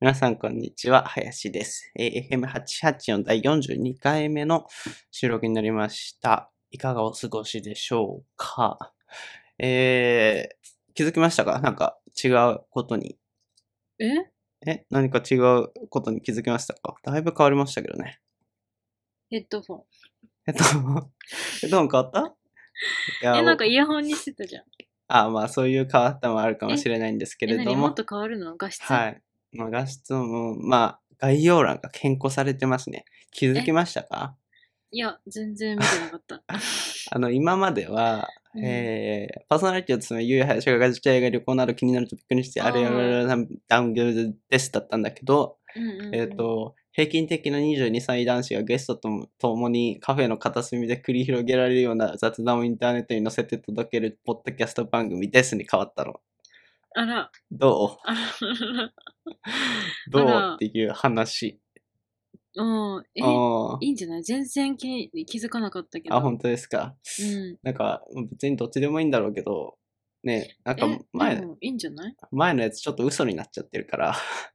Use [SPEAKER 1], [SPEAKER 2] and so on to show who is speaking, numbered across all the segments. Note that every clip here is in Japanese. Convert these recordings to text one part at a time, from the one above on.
[SPEAKER 1] 皆さん、こんにちは。林です。えー FM884 第42回目の収録になりました。いかがお過ごしでしょうかえー、気づきましたかなんか違うことに。
[SPEAKER 2] え
[SPEAKER 1] え、何か違うことに気づきましたかだいぶ変わりましたけどね。
[SPEAKER 2] ヘッドフォン。
[SPEAKER 1] えっと、 えっと、変わったいや
[SPEAKER 2] え、なんかイヤホンにしてたじゃん。
[SPEAKER 1] あまあそういう変わったもあるかもしれないんですけ
[SPEAKER 2] え、
[SPEAKER 1] れど
[SPEAKER 2] 何も
[SPEAKER 1] も
[SPEAKER 2] っと変わるの画質。
[SPEAKER 1] はい、まあ、画質もまあ概要欄が変更されてますね気づきましたか
[SPEAKER 2] いや、全然見てなかった。
[SPEAKER 1] あの今までは、
[SPEAKER 2] うん
[SPEAKER 1] えーパーソナリティを務めるゆうやはやしが自治体が旅行など気になるトピックにして
[SPEAKER 2] あー
[SPEAKER 1] あれやられらダウンゲーですだったんだけど、
[SPEAKER 2] うんうんうん
[SPEAKER 1] えっ、と平均的な22歳男子がゲストとも共にカフェの片隅で繰り広げられるような雑談をインターネットに載せて届けるポッドキャスト番組ですに変わったの。
[SPEAKER 2] あら、
[SPEAKER 1] ど
[SPEAKER 2] あら、
[SPEAKER 1] うどう
[SPEAKER 2] あら
[SPEAKER 1] っていう話。
[SPEAKER 2] うん、え、
[SPEAKER 1] あ
[SPEAKER 2] いいんじゃない全然気に気づかなかったけど。
[SPEAKER 1] あ、本当ですか。
[SPEAKER 2] うん。
[SPEAKER 1] なんか、別にどっちでもいいんだろうけど、ね、なんか
[SPEAKER 2] え、
[SPEAKER 1] 前
[SPEAKER 2] で、もいいんじゃない
[SPEAKER 1] 前のやつちょっと嘘になっちゃってるから、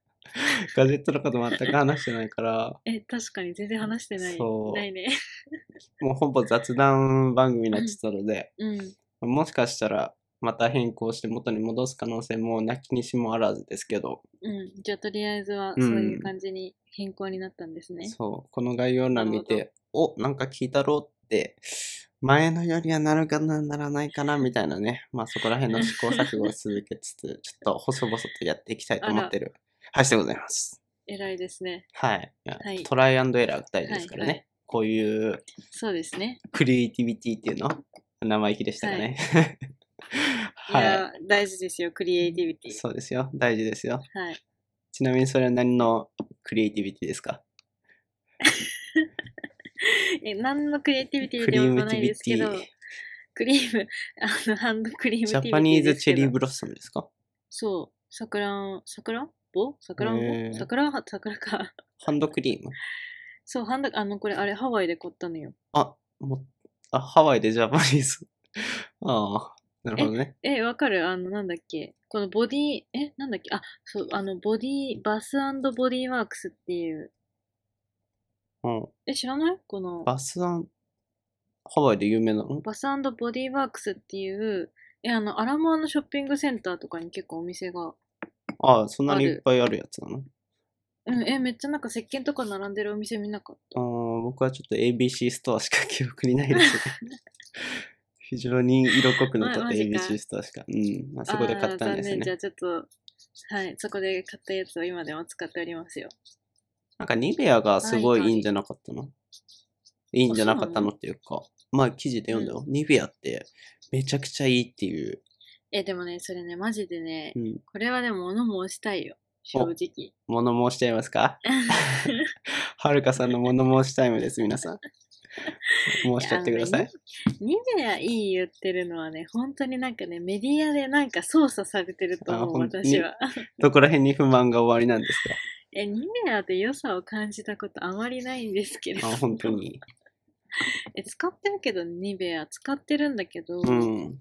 [SPEAKER 1] ガジェットのこと全く話してないから、
[SPEAKER 2] え、確かに全然話してない。
[SPEAKER 1] そう
[SPEAKER 2] ないね。
[SPEAKER 1] もうほぼ雑談番組になっちゃったので、
[SPEAKER 2] うん。
[SPEAKER 1] もしかしたらまた変更して元に戻す可能性もなきにしもあらずですけど、
[SPEAKER 2] うん。じゃあ、とりあえずは、
[SPEAKER 1] うん
[SPEAKER 2] そういう感じに変更になったんですね。
[SPEAKER 1] そう、この概要欄見
[SPEAKER 2] な
[SPEAKER 1] て、お、なんか聞いたろうって、前のよりはなるかな、ならないかな、みたいなね。まあそこら辺の試行錯誤を続け つつ、ちょっと細々とやっていきたいと思ってる。はい、でございます。
[SPEAKER 2] 偉いですね。
[SPEAKER 1] はい。
[SPEAKER 2] い
[SPEAKER 1] トライアンドエラーが大事ですからね。
[SPEAKER 2] はいは
[SPEAKER 1] こういう
[SPEAKER 2] そうですね。
[SPEAKER 1] クリエイティビティっていうの生意気でしたかね。
[SPEAKER 2] い、
[SPEAKER 1] は
[SPEAKER 2] や、大事ですよ、クリエイティビテ
[SPEAKER 1] い。
[SPEAKER 2] ィ。
[SPEAKER 1] そうですよ。大事ですよ。
[SPEAKER 2] はい。
[SPEAKER 1] ちなみにそれは何のクリエイティビティですか
[SPEAKER 2] え、何のクリエイティビティ
[SPEAKER 1] ク
[SPEAKER 2] で
[SPEAKER 1] リー
[SPEAKER 2] も
[SPEAKER 1] ム
[SPEAKER 2] な
[SPEAKER 1] ティ
[SPEAKER 2] い
[SPEAKER 1] ビ
[SPEAKER 2] で
[SPEAKER 1] テ
[SPEAKER 2] すけど、
[SPEAKER 1] ィ。
[SPEAKER 2] クリーム、 あの、ハンドクリーム
[SPEAKER 1] ジ
[SPEAKER 2] ティー
[SPEAKER 1] ャパニー
[SPEAKER 2] で
[SPEAKER 1] ズ
[SPEAKER 2] す
[SPEAKER 1] チェ
[SPEAKER 2] け
[SPEAKER 1] リー
[SPEAKER 2] ど
[SPEAKER 1] ブロッサムですか
[SPEAKER 2] そう、桜、桜んぼ桜んぼ、
[SPEAKER 1] へー
[SPEAKER 2] 桜桜か。
[SPEAKER 1] ハンドクリーム
[SPEAKER 2] そう、ハンド、あの、これ、あれ、ハワイで買ったのよ。
[SPEAKER 1] あ、もあ、ハワイでジャパニーズ。 ああ、なるほどね。
[SPEAKER 2] え、わかるあの、なんだっけこのボディ、え、なんだっけあ、そう、あの、ボディ、バスボディワークスっていう。
[SPEAKER 1] うん。
[SPEAKER 2] え、知らないこの、
[SPEAKER 1] バスアン、ハワイで有名なの
[SPEAKER 2] バスボディワークスっていう、え、あの、アラモアのショッピングセンターとかに結構お店が、
[SPEAKER 1] ああ、そんなに
[SPEAKER 2] あ
[SPEAKER 1] い
[SPEAKER 2] る
[SPEAKER 1] っぱいあるやつなの
[SPEAKER 2] うん、え、めっちゃなんか石鹸とか並んでるお店見なかった
[SPEAKER 1] あ。ー僕はちょっと ABC ストアしか記憶にないです ね。非常に色濃くなった
[SPEAKER 2] まマジか
[SPEAKER 1] ABC ストアしか。うん。まあ、そこで買ったんです
[SPEAKER 2] あー残念じゃ
[SPEAKER 1] ね
[SPEAKER 2] あ。ちょっと、はい、そこで買ったやつを今でも使っておりますよ。
[SPEAKER 1] なんかニベアがすごいいいんじゃなかったのいいんじゃなかったのっていうか、まあ記事で読んだよ。ニベアってめちゃくちゃいいっていう。
[SPEAKER 2] え、でもね、それね、マジでね
[SPEAKER 1] う、ん。
[SPEAKER 2] これはでも物申したいよ。正
[SPEAKER 1] お
[SPEAKER 2] 直。
[SPEAKER 1] 物申しちゃいますか はるかさんの物申しタイムです、皆さん。申しちゃってくださ
[SPEAKER 2] あ
[SPEAKER 1] い
[SPEAKER 2] のね。ニベアいい言ってるのはね、本当になんかね、メディアでなんか操作されてると
[SPEAKER 1] あ
[SPEAKER 2] 思う、
[SPEAKER 1] 本当に
[SPEAKER 2] 私は。
[SPEAKER 1] どこら辺に不満が終わりなんです
[SPEAKER 2] え、ニベアで良さを感じたことあまりないんですけれ
[SPEAKER 1] か
[SPEAKER 2] ど
[SPEAKER 1] あ、
[SPEAKER 2] も。
[SPEAKER 1] 本当。 に。
[SPEAKER 2] え、使ってるけど、ニベア使ってるんだけど、
[SPEAKER 1] うん。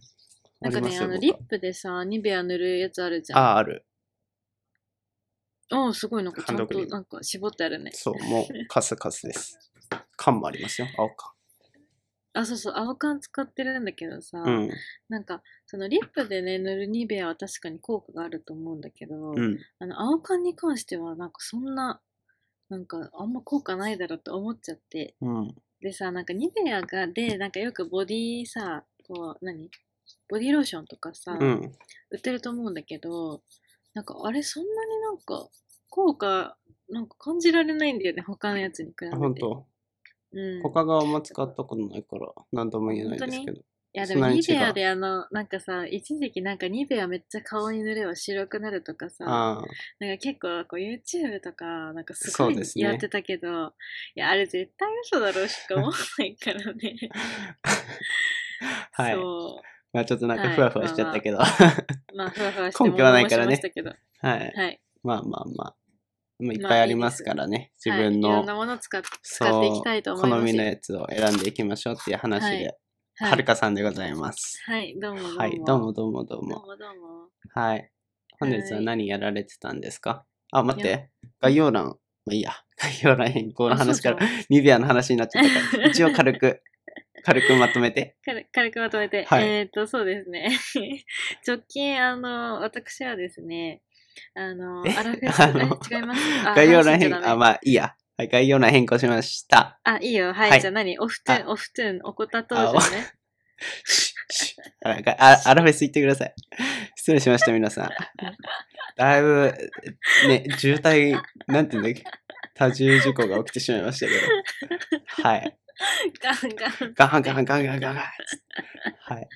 [SPEAKER 2] なんか
[SPEAKER 1] ありま
[SPEAKER 2] ね、
[SPEAKER 1] す
[SPEAKER 2] あ
[SPEAKER 1] よ
[SPEAKER 2] の、
[SPEAKER 1] 僕
[SPEAKER 2] リップでさ、ニベア塗るやつあるじゃん。
[SPEAKER 1] あ、ある。
[SPEAKER 2] おうすごいなんかちゃ
[SPEAKER 1] ハンド
[SPEAKER 2] ん
[SPEAKER 1] クリー
[SPEAKER 2] と
[SPEAKER 1] ム
[SPEAKER 2] なんか絞ってあるね。
[SPEAKER 1] そう、もうカスカスです。缶もありますよ、青缶。
[SPEAKER 2] あ、そうそう、青缶使ってるんだけどさ、
[SPEAKER 1] うん。
[SPEAKER 2] なんか、そのリップでね、塗るニベアは確かに効果があると思うんだけど、
[SPEAKER 1] うん。
[SPEAKER 2] あの、青缶に関しては、なんかそんな、なんかあんま効果ないだろうって思っちゃって、
[SPEAKER 1] うん。
[SPEAKER 2] でさ、なんかニベアが、で、なんかよくボディさ、こう、何ボディローションとかさ、
[SPEAKER 1] うん。
[SPEAKER 2] 売ってると思うんだけど、なんかあれそんなになんか効果、なんか感じられないんだよね、他のやつに比べて。
[SPEAKER 1] 本当。
[SPEAKER 2] うん、
[SPEAKER 1] 他があんま使ったことないから、何とも言えないですけど。
[SPEAKER 2] いやで
[SPEAKER 1] そん
[SPEAKER 2] も
[SPEAKER 1] なに
[SPEAKER 2] ニ
[SPEAKER 1] 違う
[SPEAKER 2] ベアであのなんかさ一時期なんかニベアめっちゃ顔に塗れば白くなるとかさなんか
[SPEAKER 1] ああ、
[SPEAKER 2] 結構こう YouTube とかなんかす
[SPEAKER 1] そ
[SPEAKER 2] ご
[SPEAKER 1] う
[SPEAKER 2] い
[SPEAKER 1] ですね
[SPEAKER 2] やってたけど、いやあれ絶対嘘だろうしか思わないからね
[SPEAKER 1] はい。
[SPEAKER 2] そ
[SPEAKER 1] まあちょっとなんか
[SPEAKER 2] はい
[SPEAKER 1] ふわふわしちゃったけど。
[SPEAKER 2] うまあふわふわし
[SPEAKER 1] 根
[SPEAKER 2] て
[SPEAKER 1] 拠はない
[SPEAKER 2] 物申し
[SPEAKER 1] からね
[SPEAKER 2] ましたけど
[SPEAKER 1] はい。
[SPEAKER 2] はい
[SPEAKER 1] まあまあまあ。まあいっ
[SPEAKER 2] まあ
[SPEAKER 1] ぱいあり
[SPEAKER 2] いいです
[SPEAKER 1] ますからね。自
[SPEAKER 2] はい
[SPEAKER 1] 分
[SPEAKER 2] い
[SPEAKER 1] の
[SPEAKER 2] ろんなものを使っ
[SPEAKER 1] そ
[SPEAKER 2] 使っていきたいと思いま
[SPEAKER 1] 好
[SPEAKER 2] すよ
[SPEAKER 1] みのやつを選んでいきましょうっていう話
[SPEAKER 2] は
[SPEAKER 1] で、
[SPEAKER 2] い
[SPEAKER 1] は
[SPEAKER 2] はい
[SPEAKER 1] るかさんでございます。
[SPEAKER 2] はいどうもどうも、
[SPEAKER 1] はい、どうもどうもどう
[SPEAKER 2] どう
[SPEAKER 1] も。
[SPEAKER 2] もどうも
[SPEAKER 1] はい。本日は
[SPEAKER 2] はい
[SPEAKER 1] 何やられてたんですかあ、待って。概要欄。まあいいや。 概要欄変更の
[SPEAKER 2] あそう
[SPEAKER 1] 話
[SPEAKER 2] じ
[SPEAKER 1] か
[SPEAKER 2] ゃん
[SPEAKER 1] ら、ニベアの話になっちゃった から。一応軽く、軽くまとめて。
[SPEAKER 2] 軽軽くまとめて。
[SPEAKER 1] はい
[SPEAKER 2] えっ、と、そうですね。 直近、あの、私はですね、あの、アラフェス、
[SPEAKER 1] あの
[SPEAKER 2] え違います。あ
[SPEAKER 1] 概要欄
[SPEAKER 2] 話しち
[SPEAKER 1] 変、
[SPEAKER 2] ゃダメ
[SPEAKER 1] あ、まあいいや。はい、概要欄変更しました。
[SPEAKER 2] あ、いいよ。はい。
[SPEAKER 1] はい
[SPEAKER 2] じゃあ何オフトゥン、オフトゥン、おこた登場ね。
[SPEAKER 1] なんかあアラフェス行ってください。失礼しました、皆さん。だいぶ、ね、渋滞、なんていうんだっけ、多重事故が起きてしまいましたけど。はい。
[SPEAKER 2] ガンガン。
[SPEAKER 1] ガンガンガンガンガンガン。はい。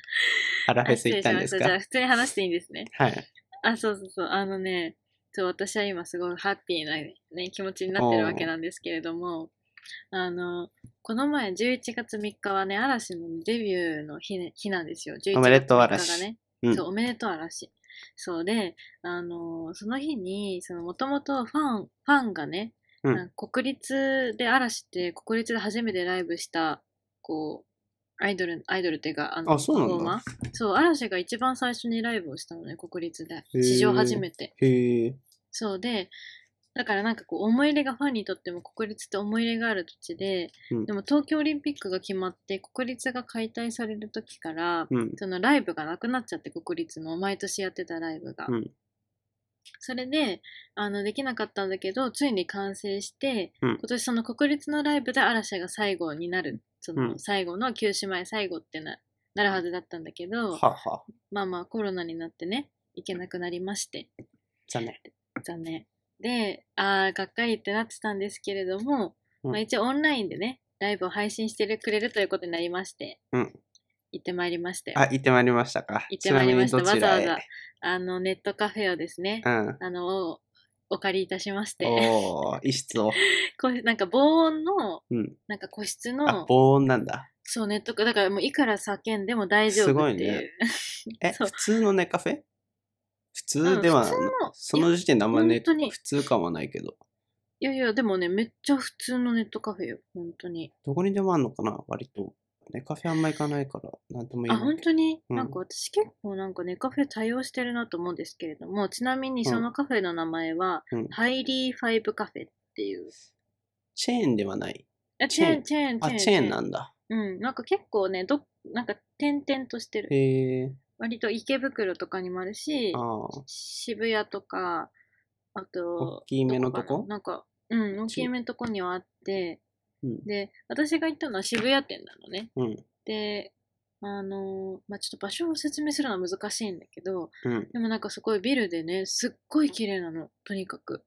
[SPEAKER 1] アラフェス行ったんです
[SPEAKER 2] あ失礼しましじゃあ
[SPEAKER 1] か
[SPEAKER 2] 普通に話していいんですね。
[SPEAKER 1] はい。
[SPEAKER 2] あ、そうそうそう。あのね、そう私は今すごいハッピーな、ね、気持ちになってるわけなんですけれども、あの、この前11月3日はね、嵐のデビューの日,、ね、日なんですよ。11月3日
[SPEAKER 1] お
[SPEAKER 2] がね。
[SPEAKER 1] めでとう嵐うん
[SPEAKER 2] そう、おめでとう嵐。そうで、あの、その日に、その、もともとファン、ファンがね、
[SPEAKER 1] うん
[SPEAKER 2] なんか国立で、嵐って国立で初めてライブした、こう、アイドル、アイドルっていうか、あの、
[SPEAKER 1] あそうなんだ
[SPEAKER 2] パフォーマーそう、嵐が一番最初にライブをしたのね、国立で。
[SPEAKER 1] ー
[SPEAKER 2] 史上初めて。
[SPEAKER 1] へえ。
[SPEAKER 2] そうで、だからなんかこう、思い入れがファンにとっても国立って思い入れがある土地で、
[SPEAKER 1] うん
[SPEAKER 2] でも東京オリンピックが決まって、国立が解体される時から、
[SPEAKER 1] うん。
[SPEAKER 2] そのライブがなくなっちゃって国立の毎年やってたライブが、
[SPEAKER 1] うん
[SPEAKER 2] それであのできなかったんだけどついに完成して、
[SPEAKER 1] うん
[SPEAKER 2] 今年その国立のライブで嵐が最後になるそうの
[SPEAKER 1] ん
[SPEAKER 2] 最後の9姉妹最後ってななるはずだったんだけど、
[SPEAKER 1] はは。
[SPEAKER 2] まあまあコロナになってね行けなくなりまして
[SPEAKER 1] 残念。
[SPEAKER 2] 残念でああがっかりってなってたんですけれども、
[SPEAKER 1] うん
[SPEAKER 2] まあ、一応オンラインでねライブを配信してくれるということになりまして、
[SPEAKER 1] うん
[SPEAKER 2] 行ってまいりましたよ
[SPEAKER 1] あ、行ってまいりましたか。
[SPEAKER 2] 行ってまいりました
[SPEAKER 1] ちなみにどちらへ
[SPEAKER 2] わざわあの、ネットカフェをですね、
[SPEAKER 1] うん。
[SPEAKER 2] あの、おお借りいたしまして、
[SPEAKER 1] おー、一室を。
[SPEAKER 2] こうなんか防音の、
[SPEAKER 1] うん。
[SPEAKER 2] なんか個室
[SPEAKER 1] あ
[SPEAKER 2] の、、
[SPEAKER 1] 防音なんだ。
[SPEAKER 2] そう、ネットカだからもういくら叫んでも大丈
[SPEAKER 1] す
[SPEAKER 2] 夫
[SPEAKER 1] ご
[SPEAKER 2] っ
[SPEAKER 1] い
[SPEAKER 2] て
[SPEAKER 1] ね
[SPEAKER 2] いう。
[SPEAKER 1] え、
[SPEAKER 2] そう
[SPEAKER 1] 普通のネカフェ普
[SPEAKER 2] うん
[SPEAKER 1] 通では
[SPEAKER 2] 普通の、
[SPEAKER 1] その時点であんまね、
[SPEAKER 2] 本当に
[SPEAKER 1] 普通感はないけど。
[SPEAKER 2] いやいや、でもね、めっちゃ普通のネットカフェよ、本当に。
[SPEAKER 1] どこにでもあんのかな割と。ネカフェあんま行かないから、なんとも言
[SPEAKER 2] あ、
[SPEAKER 1] えない
[SPEAKER 2] 本
[SPEAKER 1] けど。
[SPEAKER 2] 当に、
[SPEAKER 1] うん
[SPEAKER 2] なんか私結構なんかネカフェ対応してるなと思うんですけれども、ちなみにそのカフェの名前は、
[SPEAKER 1] うん
[SPEAKER 2] ハイリーファイブカフェっていう。
[SPEAKER 1] チェーンではない。
[SPEAKER 2] あ、チェーン、チェーン、
[SPEAKER 1] あ、チェーンなんだ。
[SPEAKER 2] うん、なんか結構ね、ど、なんか点々としてる。
[SPEAKER 1] へえ。
[SPEAKER 2] 割と池袋とかにもあるし
[SPEAKER 1] あ、あ。
[SPEAKER 2] 渋谷とか、あと
[SPEAKER 1] 大、きめのと
[SPEAKER 2] どか
[SPEAKER 1] こ
[SPEAKER 2] ななんか、うん、大きめのとこにはあって、
[SPEAKER 1] うん
[SPEAKER 2] で、私が行ったのは渋谷店なのね。
[SPEAKER 1] うん。
[SPEAKER 2] で、あのーまあ、ちょっと場所を説明するのは難しいんだけど、
[SPEAKER 1] うん。
[SPEAKER 2] でもなんかすごいビルでね、すっごい綺麗なの、とにかく。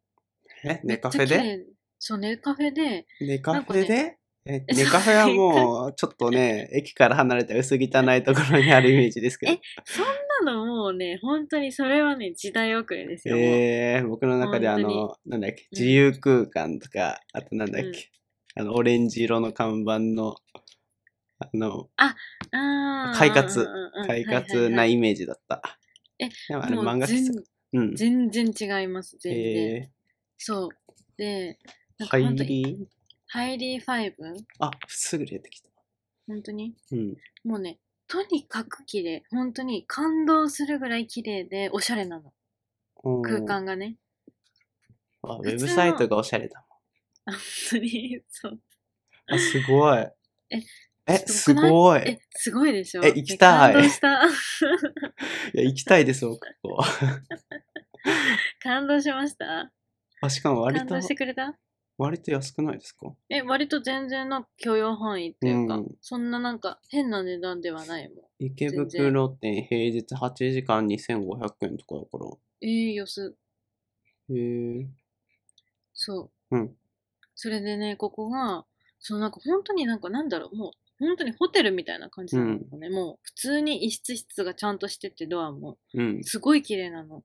[SPEAKER 1] え、
[SPEAKER 2] め
[SPEAKER 1] ネ
[SPEAKER 2] っちゃ
[SPEAKER 1] カフェ
[SPEAKER 2] 綺
[SPEAKER 1] で
[SPEAKER 2] 麗そうね、カフェで、
[SPEAKER 1] ネカフ
[SPEAKER 2] なん
[SPEAKER 1] ェ
[SPEAKER 2] か
[SPEAKER 1] でえネカフェは もう、ちょっとね、駅から離れた薄汚いところにあるイメージですけど。
[SPEAKER 2] そんなのもうね、本当にそれはね、時代遅れですよ。もう
[SPEAKER 1] えー、僕の中であの
[SPEAKER 2] 本、
[SPEAKER 1] なんだっけ、自由空間とか、あとなんだっ
[SPEAKER 2] うん
[SPEAKER 1] け、あの、オレンジ色の看板の、あの、
[SPEAKER 2] あー
[SPEAKER 1] 快活
[SPEAKER 2] うんうんうん
[SPEAKER 1] 快活な
[SPEAKER 2] はい
[SPEAKER 1] イメージだった。
[SPEAKER 2] え
[SPEAKER 1] でもあ
[SPEAKER 2] はい
[SPEAKER 1] れ
[SPEAKER 2] はい
[SPEAKER 1] 漫画喫茶
[SPEAKER 2] も
[SPEAKER 1] か。うん。
[SPEAKER 2] う全全然違います、全然。
[SPEAKER 1] え
[SPEAKER 2] そう。で、
[SPEAKER 1] ー、
[SPEAKER 2] なんか
[SPEAKER 1] ハ
[SPEAKER 2] 本
[SPEAKER 1] イ
[SPEAKER 2] 当に、
[SPEAKER 1] リー
[SPEAKER 2] ハイリーファイブ
[SPEAKER 1] あ、すぐ出てきた。
[SPEAKER 2] 本当に
[SPEAKER 1] うん。
[SPEAKER 2] もうね、とにかく綺麗。本当に感動するぐらい綺麗で、おしゃれなの。
[SPEAKER 1] うん
[SPEAKER 2] 空。間がね。
[SPEAKER 1] あウ
[SPEAKER 2] 普
[SPEAKER 1] ェ
[SPEAKER 2] 通
[SPEAKER 1] ブ
[SPEAKER 2] の
[SPEAKER 1] サイトがおしゃれだ
[SPEAKER 2] あ本当に、そう。
[SPEAKER 1] もん。あ、すごい。
[SPEAKER 2] え、
[SPEAKER 1] え、
[SPEAKER 2] す
[SPEAKER 1] す
[SPEAKER 2] ごくない
[SPEAKER 1] ごい。
[SPEAKER 2] え、すごいでしょ
[SPEAKER 1] え行きたい
[SPEAKER 2] ね感動した。
[SPEAKER 1] いや、行きたいです、僕、ここ。
[SPEAKER 2] 感動しました
[SPEAKER 1] あ、しかも割
[SPEAKER 2] 感
[SPEAKER 1] と
[SPEAKER 2] 動し、てくれた
[SPEAKER 1] 割と安くないですか
[SPEAKER 2] え、割と全然なんか許容範囲っていうか、
[SPEAKER 1] うん
[SPEAKER 2] そんななんか変な値段ではないもん。
[SPEAKER 1] 池袋店平日8時間2500円とかだから。
[SPEAKER 2] ええよす。
[SPEAKER 1] へえ。
[SPEAKER 2] そう。
[SPEAKER 1] うん。
[SPEAKER 2] それでね、ここが、そうなんか本当になんかなんだろう、もう本当にホテルみたいな感じなのかね、もう普通に一室室がちゃんとしててドアも、
[SPEAKER 1] うん。
[SPEAKER 2] すごい綺麗なの。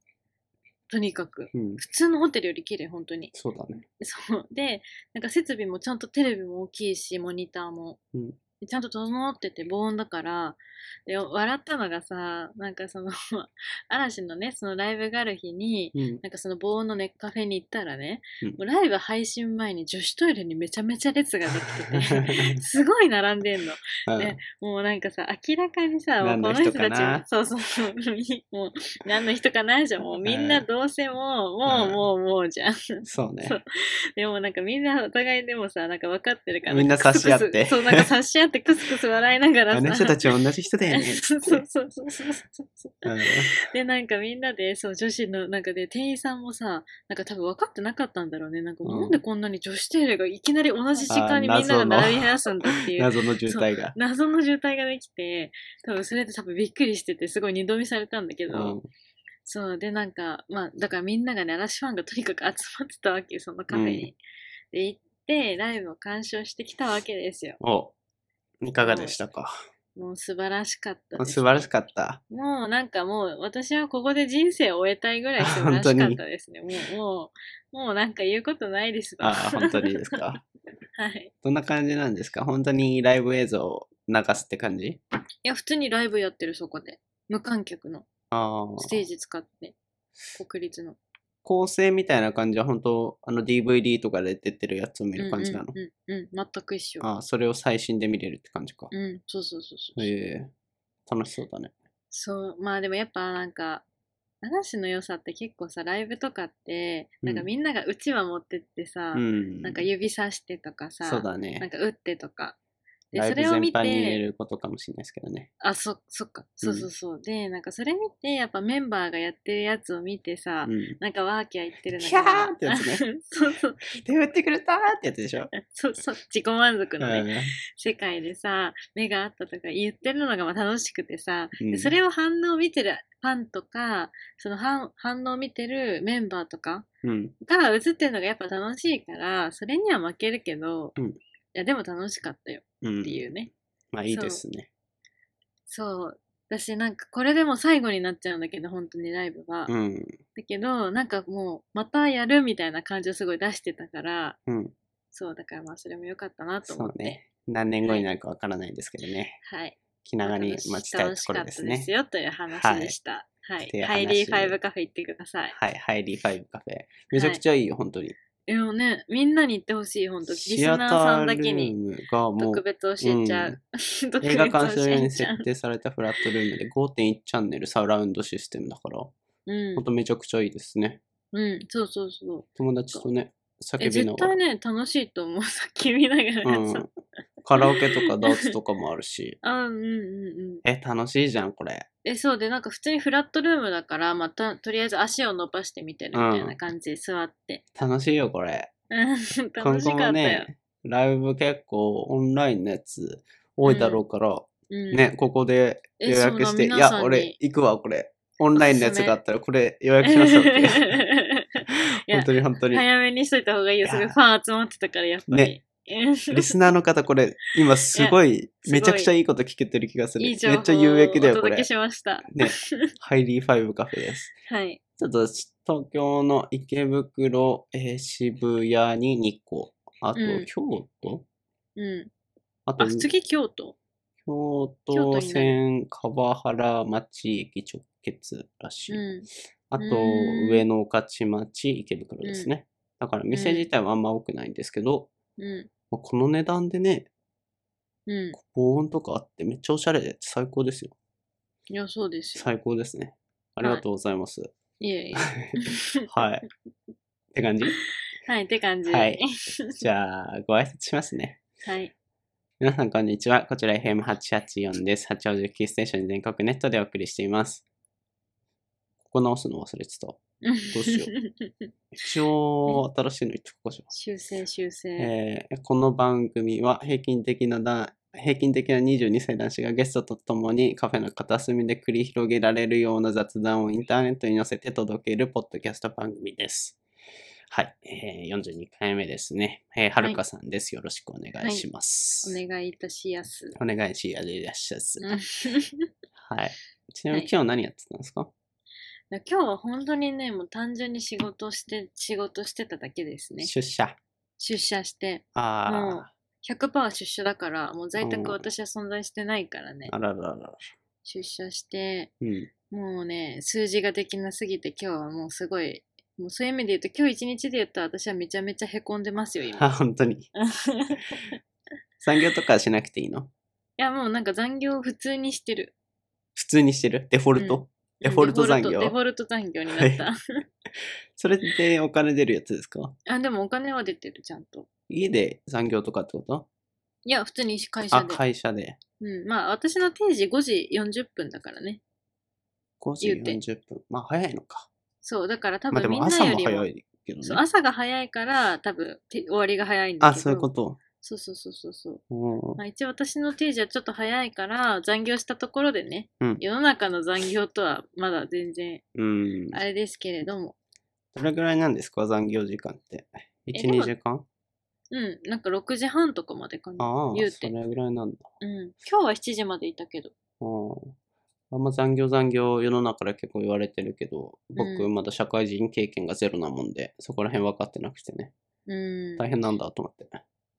[SPEAKER 2] とにかく。
[SPEAKER 1] うん。
[SPEAKER 2] 普通のホテルより綺麗、本当に。
[SPEAKER 1] そうだね。
[SPEAKER 2] そう。で、なんか設備もちゃんとテレビも大きいし、モニターも。
[SPEAKER 1] うん
[SPEAKER 2] ちゃんと整ってて防音だから、で、笑ったのがさ、なんかその、 嵐のね、そのライブがある日に、
[SPEAKER 1] うん。
[SPEAKER 2] なんかその防音のね、カフェに行ったらね、
[SPEAKER 1] うん
[SPEAKER 2] もうライブ配信前に女子トイレにめちゃめちゃ列ができて て、すごい並んでんの。ねもうなんかさ、明らかにさ、もう
[SPEAKER 1] 何
[SPEAKER 2] こ
[SPEAKER 1] の
[SPEAKER 2] の人
[SPEAKER 1] 人
[SPEAKER 2] た
[SPEAKER 1] か
[SPEAKER 2] ちも
[SPEAKER 1] な、
[SPEAKER 2] そうそうそう、みもう何の人かないじゃん、もうみんな
[SPEAKER 1] うん
[SPEAKER 2] どうせもう、もう
[SPEAKER 1] うん
[SPEAKER 2] もうもうじゃん。
[SPEAKER 1] うんそうね
[SPEAKER 2] そ。うでもなんかみんなお互いでもさ、なんか分かってるから、
[SPEAKER 1] みんな
[SPEAKER 2] かクスク
[SPEAKER 1] 差
[SPEAKER 2] ス
[SPEAKER 1] し合って
[SPEAKER 2] そう、なんか差し合ってクスクス笑いながらさ。
[SPEAKER 1] あの人たちは同じ人だよね。
[SPEAKER 2] そうそうそうそうそうそう。
[SPEAKER 1] うん
[SPEAKER 2] で、なんかみんなで、そう、女子の、なんかで、店員さんもさ、なんか多分分かってなかったんだろうね。なんか、
[SPEAKER 1] うん
[SPEAKER 2] なんでこんなに女子トイレがいきなり同じ時間に
[SPEAKER 1] あー
[SPEAKER 2] みんな
[SPEAKER 1] 謎
[SPEAKER 2] が
[SPEAKER 1] の
[SPEAKER 2] 並び出すんだっていう。
[SPEAKER 1] 謎の渋滞が。
[SPEAKER 2] 謎の渋滞ができて、多分それで多分びっくりしてて、すごい二度見されたんだけ
[SPEAKER 1] う
[SPEAKER 2] ど、
[SPEAKER 1] ん
[SPEAKER 2] そう、でなんか、まあ、だからみんながね、嵐ファンがとにかく集まってたわけよ、そのカフェに。で、行って、ライブを鑑賞してきたわけですよ。
[SPEAKER 1] おいかがでしたか
[SPEAKER 2] もう素晴らしかったです。
[SPEAKER 1] 素晴らしかった。
[SPEAKER 2] もうなんかもう、私はここで人生を終えたいぐらい素晴らしかったですね。もう、もう、もうなんか言うことないですわ
[SPEAKER 1] ああ、本当にです か。
[SPEAKER 2] はい。
[SPEAKER 1] どんな感じなんですか本当にライブ映像を流すって感じ
[SPEAKER 2] いや、普通にライブやってる、そこで。無観客の。
[SPEAKER 1] ああ。
[SPEAKER 2] ステージ使って。国立の。
[SPEAKER 1] 構成みたいな感じは本当あの DVD とかで出てるやつを見る感じなの、
[SPEAKER 2] うんうんうん、うん、全く一緒。
[SPEAKER 1] ああそれを最新で見れるって感じか、
[SPEAKER 2] うん、そうそうそうそう。
[SPEAKER 1] へえ楽しそうだね
[SPEAKER 2] そう、まあでもやっぱなんか、嵐の良さって結構さ、ライブとかって、なんか
[SPEAKER 1] うん
[SPEAKER 2] みんながうちわ持ってってさ、
[SPEAKER 1] うん
[SPEAKER 2] なんか指さしてとかさ、
[SPEAKER 1] そうだ
[SPEAKER 2] なん
[SPEAKER 1] ね
[SPEAKER 2] か打ってとか。で、
[SPEAKER 1] ライ
[SPEAKER 2] そ
[SPEAKER 1] ブ
[SPEAKER 2] れを
[SPEAKER 1] 全
[SPEAKER 2] 見
[SPEAKER 1] 般に言え
[SPEAKER 2] て、
[SPEAKER 1] ることかもしれないですけどね
[SPEAKER 2] あ、そ、そっか、そうそうそう。で、なんかそれ見て、やっぱメンバーがやってるやつを見てさ、
[SPEAKER 1] うん
[SPEAKER 2] なんかワーキャー言ってるの
[SPEAKER 1] キャーってやつ
[SPEAKER 2] そうそう、
[SPEAKER 1] 手振ってくれたーってやつでしょ、
[SPEAKER 2] そうそう、自己満足
[SPEAKER 1] う
[SPEAKER 2] の
[SPEAKER 1] ん
[SPEAKER 2] ね、世界でさ目が合ったとか言ってるのがまあ楽しくてさ、
[SPEAKER 1] うん
[SPEAKER 2] でそれを反応を見てるファンとかその反反応を見てるメンバーとか
[SPEAKER 1] うん、
[SPEAKER 2] が映ってるのがやっぱ楽しいからそれには負けるけど、
[SPEAKER 1] うん
[SPEAKER 2] いやでも楽しかったよ
[SPEAKER 1] うん
[SPEAKER 2] っていうね、
[SPEAKER 1] まあいいですね
[SPEAKER 2] そう私なんかこれでもう最後になっちゃうんだけど本当にライブは、
[SPEAKER 1] う
[SPEAKER 2] だ
[SPEAKER 1] ん
[SPEAKER 2] けどなんかもうまたやるみたいな感じをすごい出してたから
[SPEAKER 1] うん
[SPEAKER 2] そうだからまあそれも良かったなと
[SPEAKER 1] そ
[SPEAKER 2] 思っ
[SPEAKER 1] う
[SPEAKER 2] て、
[SPEAKER 1] ね何年後になるかわからないですけどね
[SPEAKER 2] はい
[SPEAKER 1] 気長に待ちたいところですね
[SPEAKER 2] 楽しかったですよという話でした。はい。
[SPEAKER 1] っていう
[SPEAKER 2] ハ
[SPEAKER 1] 話
[SPEAKER 2] イリーファイブカフェ行ってください。
[SPEAKER 1] はいハイリーファイブカフェめちゃくちゃいいよ、本当に
[SPEAKER 2] でもね、みんなに行ってほしい、本当リス
[SPEAKER 1] シア
[SPEAKER 2] ナ
[SPEAKER 1] タ
[SPEAKER 2] ー
[SPEAKER 1] ー
[SPEAKER 2] さんだけに
[SPEAKER 1] ルームがもう
[SPEAKER 2] 特別教えちゃう。 特別
[SPEAKER 1] 映画鑑賞
[SPEAKER 2] 教
[SPEAKER 1] 用
[SPEAKER 2] え
[SPEAKER 1] に
[SPEAKER 2] ちゃう。
[SPEAKER 1] 設定されたフラットルームで5.1チャンネルサラウンドシステムだから、
[SPEAKER 2] うん
[SPEAKER 1] ほんとめちゃくちゃいいですね。
[SPEAKER 2] うん、そうそうそう。
[SPEAKER 1] 友達とね、
[SPEAKER 2] え
[SPEAKER 1] 叫びな
[SPEAKER 2] 絶
[SPEAKER 1] がら
[SPEAKER 2] 対、ね、楽しいと思う。さっき見なが
[SPEAKER 1] う
[SPEAKER 2] らさ。
[SPEAKER 1] ん、カラオケとかダーツとかもあるし、
[SPEAKER 2] あうんうんうん。
[SPEAKER 1] え、楽しいじゃん、これ。
[SPEAKER 2] え、そうで、なんか普通にフラットルームだから、また、とりあえず足を伸ばしてみてるみたいな感じで座って。
[SPEAKER 1] 楽しいよ、これ。
[SPEAKER 2] うん、楽しかった
[SPEAKER 1] 今後
[SPEAKER 2] よ。
[SPEAKER 1] もね、ライブ結構オンラインのやつ多いだろうから、
[SPEAKER 2] うん、
[SPEAKER 1] ね、ここで予約して、
[SPEAKER 2] え
[SPEAKER 1] い
[SPEAKER 2] そうな皆さん
[SPEAKER 1] や、
[SPEAKER 2] に
[SPEAKER 1] 俺行くわ、これ。オンラインのやつがあったら、これ予約しましょう っていう。
[SPEAKER 2] いや
[SPEAKER 1] 本当に本当に。
[SPEAKER 2] 早めにしといた方がいいよ。
[SPEAKER 1] い
[SPEAKER 2] す
[SPEAKER 1] や
[SPEAKER 2] ごいファン集まってたから、やっぱ り。
[SPEAKER 1] リスナーの方、これ、今すごい、
[SPEAKER 2] すごい
[SPEAKER 1] めちゃくちゃいいこと聞けてる気がする。
[SPEAKER 2] い
[SPEAKER 1] め
[SPEAKER 2] い
[SPEAKER 1] っ
[SPEAKER 2] 情報を
[SPEAKER 1] ちゃ有益だよ、
[SPEAKER 2] お
[SPEAKER 1] こ
[SPEAKER 2] 届
[SPEAKER 1] れ
[SPEAKER 2] け。しました。
[SPEAKER 1] ね、ハイリーファイブカフェです。
[SPEAKER 2] はい。
[SPEAKER 1] ちょっと、東京の池袋、えー渋谷に2個。あと
[SPEAKER 2] うん、
[SPEAKER 1] 京都
[SPEAKER 2] うん。
[SPEAKER 1] あと
[SPEAKER 2] あ、、次、京都。
[SPEAKER 1] 京
[SPEAKER 2] 京都
[SPEAKER 1] 都
[SPEAKER 2] に
[SPEAKER 1] 線川原町駅直結らし
[SPEAKER 2] う
[SPEAKER 1] い。
[SPEAKER 2] ん。
[SPEAKER 1] あと
[SPEAKER 2] う、ーん
[SPEAKER 1] 上野御徒町池袋ですね。だから、店
[SPEAKER 2] うん
[SPEAKER 1] 自体はあんま多くないんですけど、
[SPEAKER 2] う
[SPEAKER 1] まあこの値段でね、
[SPEAKER 2] ん。う
[SPEAKER 1] 防音とかあってめっちゃおしゃれで最高ですよ。
[SPEAKER 2] ん。いや、そうですよ。
[SPEAKER 1] 最高ですね。ありがとうござい ます。
[SPEAKER 2] いえいえ。
[SPEAKER 1] はい。って 感じ
[SPEAKER 2] はい、って感じ。
[SPEAKER 1] はい。じゃあ、ご挨拶しますね。
[SPEAKER 2] はい。
[SPEAKER 1] 皆さん、こんにちは。こちら FM884 です。八王子をキーステーションに全国ネットでお送りしています。ここ直すの忘れてた。
[SPEAKER 2] どう
[SPEAKER 1] しよ
[SPEAKER 2] う。
[SPEAKER 1] 一応、新しいの言っとこうかしら
[SPEAKER 2] 修正、修正。
[SPEAKER 1] えーこの番組は平均的なだ平均的な22歳男子がゲストとともにカフェの片隅で繰り広げられるような雑談をインターネットに載せて届けるポッドキャスト番組です。はい、えー42回目ですね。えーはるかさんです。よろしくお願いします。
[SPEAKER 2] お願いいたしやす。
[SPEAKER 1] お願いしやでいらっしゃいます。
[SPEAKER 2] うん
[SPEAKER 1] はい。ちなみ
[SPEAKER 2] はい
[SPEAKER 1] に今日何やってたんですか、
[SPEAKER 2] 今日は本当にね、もう単純に仕事して、仕事してただけですね。
[SPEAKER 1] 出社。
[SPEAKER 2] 出社して。
[SPEAKER 1] ああ、
[SPEAKER 2] もう100%出社だから、もう在
[SPEAKER 1] うん
[SPEAKER 2] 宅私は存在してないからね。
[SPEAKER 1] あらららら。
[SPEAKER 2] 出社して、
[SPEAKER 1] うん。
[SPEAKER 2] もうね、数字ができなすぎて今日はもうすごい、もうそういう意味で言うと今日一日で言ったら私はめちゃめちゃへこんでますよ、今。
[SPEAKER 1] あ、本当 に。産業とかはしなくていいの
[SPEAKER 2] いや、もうなんか残業普通にしてる。
[SPEAKER 1] 普通にしてるデフォルト、デフォルト残業
[SPEAKER 2] デフォルト残業になった。
[SPEAKER 1] それってお金出るやつですか
[SPEAKER 2] あ、でもお金は出てる、ちゃんと。
[SPEAKER 1] 家で産業とかってこと
[SPEAKER 2] いや、普通に会社
[SPEAKER 1] あ、
[SPEAKER 2] で。
[SPEAKER 1] 会社で。
[SPEAKER 2] うん、まあ私の定時5時40分だからね。
[SPEAKER 1] 5時
[SPEAKER 2] 言うて
[SPEAKER 1] 40分。まあ早いのか。
[SPEAKER 2] そう、だから多
[SPEAKER 1] まあで
[SPEAKER 2] 分みん
[SPEAKER 1] も
[SPEAKER 2] な
[SPEAKER 1] 朝
[SPEAKER 2] よ
[SPEAKER 1] も
[SPEAKER 2] りも。
[SPEAKER 1] 早いけど
[SPEAKER 2] そう
[SPEAKER 1] ね。
[SPEAKER 2] 朝が早いから多分て終わりが早いんだけ
[SPEAKER 1] あ、
[SPEAKER 2] ど
[SPEAKER 1] そういうこと。
[SPEAKER 2] そうそうそうそうそう、
[SPEAKER 1] うん
[SPEAKER 2] まあ、一応私の定時はちょっと早いから残業したところでね、
[SPEAKER 1] うん
[SPEAKER 2] 世の中の残業とはまだ全然
[SPEAKER 1] うん。
[SPEAKER 2] あれですけれども
[SPEAKER 1] どれぐらいなんですか残業時間って。
[SPEAKER 2] で
[SPEAKER 1] 1、2
[SPEAKER 2] も
[SPEAKER 1] 時間
[SPEAKER 2] うんなんか6時半とかまでかな
[SPEAKER 1] ああ、
[SPEAKER 2] 言う
[SPEAKER 1] そ
[SPEAKER 2] て、
[SPEAKER 1] れ
[SPEAKER 2] うん、
[SPEAKER 1] ぐらいなんだ。
[SPEAKER 2] 今日は7時までいたけど
[SPEAKER 1] うん。あんま残業残業世の中で結構言われてるけど、僕
[SPEAKER 2] うん
[SPEAKER 1] まだ社会人経験がゼロなもんで、そこら辺分かってなくてね。
[SPEAKER 2] うん
[SPEAKER 1] 大変なんだと思って。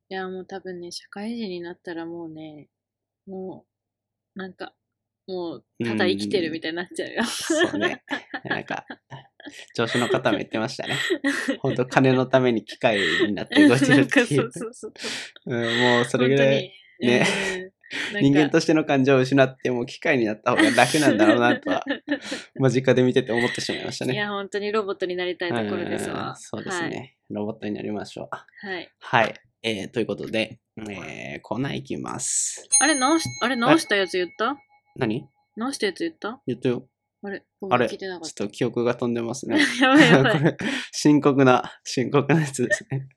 [SPEAKER 2] いやもう多分ね社会人になったらもうねもうなんかもうただ生きてるみたいになっちゃうよ、
[SPEAKER 1] そうね。なんか、調子の方も言ってましたね。本当金のために機械になって動いてる
[SPEAKER 2] な
[SPEAKER 1] っ
[SPEAKER 2] ん
[SPEAKER 1] て
[SPEAKER 2] か
[SPEAKER 1] い
[SPEAKER 2] そうう。そうそう
[SPEAKER 1] うん、もうそれぐらいね
[SPEAKER 2] 本当に、
[SPEAKER 1] 人間と
[SPEAKER 2] し
[SPEAKER 1] しての感情を失って、もう機械になった方が楽なんだろうなとは、間近で見てて思ってしまいました
[SPEAKER 2] い
[SPEAKER 1] ね。
[SPEAKER 2] や、本当にロボットになりたいところです
[SPEAKER 1] う
[SPEAKER 2] わ
[SPEAKER 1] ん。そうですね。ロボットになりましょう。
[SPEAKER 2] はい。は
[SPEAKER 1] は
[SPEAKER 2] い。
[SPEAKER 1] い。えーということで、えーコーナーいきます。
[SPEAKER 2] あれ、直し、あれ、直したやつ言った
[SPEAKER 1] 何
[SPEAKER 2] 直したやつ言った
[SPEAKER 1] 言ってよ。
[SPEAKER 2] あれ、ごめ
[SPEAKER 1] あ
[SPEAKER 2] ん
[SPEAKER 1] れ、
[SPEAKER 2] 聞
[SPEAKER 1] ち
[SPEAKER 2] いて
[SPEAKER 1] ょ
[SPEAKER 2] なかっ
[SPEAKER 1] っと記憶が飛んでます
[SPEAKER 2] た。
[SPEAKER 1] ね。
[SPEAKER 2] や
[SPEAKER 1] こ
[SPEAKER 2] ばいやばい。
[SPEAKER 1] れ、深刻な、深刻なやつですね。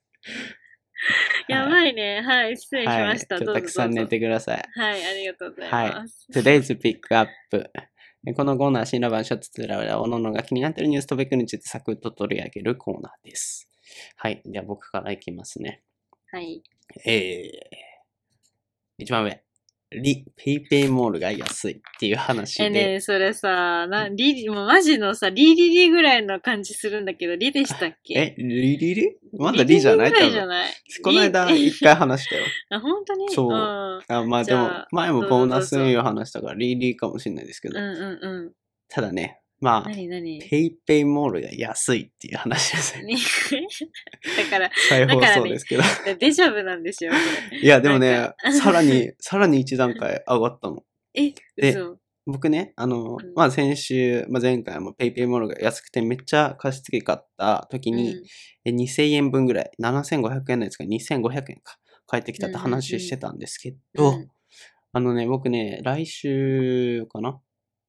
[SPEAKER 2] やばいね。はい、失礼 しました。
[SPEAKER 1] はい、
[SPEAKER 2] ど
[SPEAKER 1] 今日
[SPEAKER 2] うぞ
[SPEAKER 1] たくさん
[SPEAKER 2] ど
[SPEAKER 1] 寝
[SPEAKER 2] うぞ
[SPEAKER 1] てください。
[SPEAKER 2] はい、ありがとうございます。
[SPEAKER 1] Today's Pick Up。えこのコーナー、新ラバンショットつららおののが気になっているニューストピックについてサクッと取り上げるコーナーです。はい。では僕からいきますね。
[SPEAKER 2] はい。
[SPEAKER 1] えー、一番上。リ、ペイペイモールが安いっていう話で。
[SPEAKER 2] え、ねえそれさ、な、リリ、もうマジのさ、リリリぐらいの感じするんだけど、リでしたっけ
[SPEAKER 1] え、リリリまだリじゃない
[SPEAKER 2] リリ
[SPEAKER 1] 多
[SPEAKER 2] リぐらいじゃ
[SPEAKER 1] 分。
[SPEAKER 2] ない。
[SPEAKER 1] この間
[SPEAKER 2] リ
[SPEAKER 1] 一回話したよ。
[SPEAKER 2] あ、本当に
[SPEAKER 1] そうんあまあ
[SPEAKER 2] じ
[SPEAKER 1] で
[SPEAKER 2] ゃあ
[SPEAKER 1] も、前も
[SPEAKER 2] どうぞ
[SPEAKER 1] ボーナス営業話したからリリリかもしれないですけ
[SPEAKER 2] うん
[SPEAKER 1] ど。
[SPEAKER 2] うんうん。
[SPEAKER 1] ただね、まあ、
[SPEAKER 2] 何何
[SPEAKER 1] ペイペイモールが安いっていう話ですね。
[SPEAKER 2] ね だから、
[SPEAKER 1] 再放
[SPEAKER 2] だから
[SPEAKER 1] 送
[SPEAKER 2] ね
[SPEAKER 1] ですけど。
[SPEAKER 2] デジャブなんですよ、こ
[SPEAKER 1] いや、でもね
[SPEAKER 2] なん、か
[SPEAKER 1] さらに、さらに一段階上がったの。
[SPEAKER 2] れ。え、
[SPEAKER 1] で
[SPEAKER 2] そう。
[SPEAKER 1] 僕ね、あの
[SPEAKER 2] うん、
[SPEAKER 1] まあ、先週、まあ、前回もペイペイモールが安くてめっちゃ貸し付け買った時に、え2000円分ぐらい、7500円のやつが2500円か、返ってきたって話してたんですけ
[SPEAKER 2] うんう
[SPEAKER 1] ど
[SPEAKER 2] ん、
[SPEAKER 1] あのね、僕ね、来週かな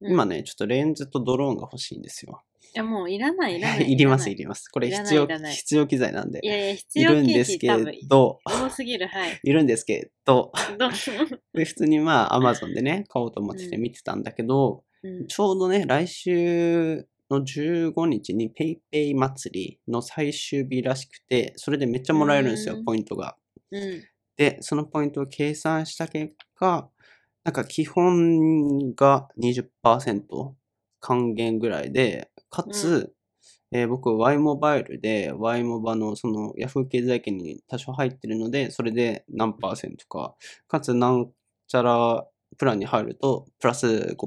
[SPEAKER 2] うん、
[SPEAKER 1] 今
[SPEAKER 2] ね。
[SPEAKER 1] ね、ちょっとレンズとドローンが欲しいんですよ。
[SPEAKER 2] いや、もういらない、いらない。
[SPEAKER 1] いります、い
[SPEAKER 2] い
[SPEAKER 1] ります。これ
[SPEAKER 2] いらない
[SPEAKER 1] 必要、
[SPEAKER 2] いらない
[SPEAKER 1] 必要機材なんで
[SPEAKER 2] ら。ない。いやいや、必
[SPEAKER 1] い
[SPEAKER 2] 要
[SPEAKER 1] るん
[SPEAKER 2] 経
[SPEAKER 1] です
[SPEAKER 2] 費
[SPEAKER 1] け
[SPEAKER 2] 多分、
[SPEAKER 1] ど、
[SPEAKER 2] 多すぎ る、はい。
[SPEAKER 1] いるんですけ ど、
[SPEAKER 2] どう
[SPEAKER 1] で普通にまあ、アマゾンで ね、買おうと思ってて
[SPEAKER 2] うん
[SPEAKER 1] 見てたんだけど、
[SPEAKER 2] うん
[SPEAKER 1] ちょうどね、来週の15日に PayPay ペイペイ祭りの最終日らしくて、それでめっちゃもらえるんですよ
[SPEAKER 2] う、ん
[SPEAKER 1] ポイントが。
[SPEAKER 2] うん。
[SPEAKER 1] で、そのポイントを計算した結果、なんか基本が20%還元ぐらいで、かつ、えー僕 Y モバイルで Y モバのその Yahoo 経済圏に多少入ってるので、それで何パーセントか、かつなんちゃらプランに入るとプラス5%と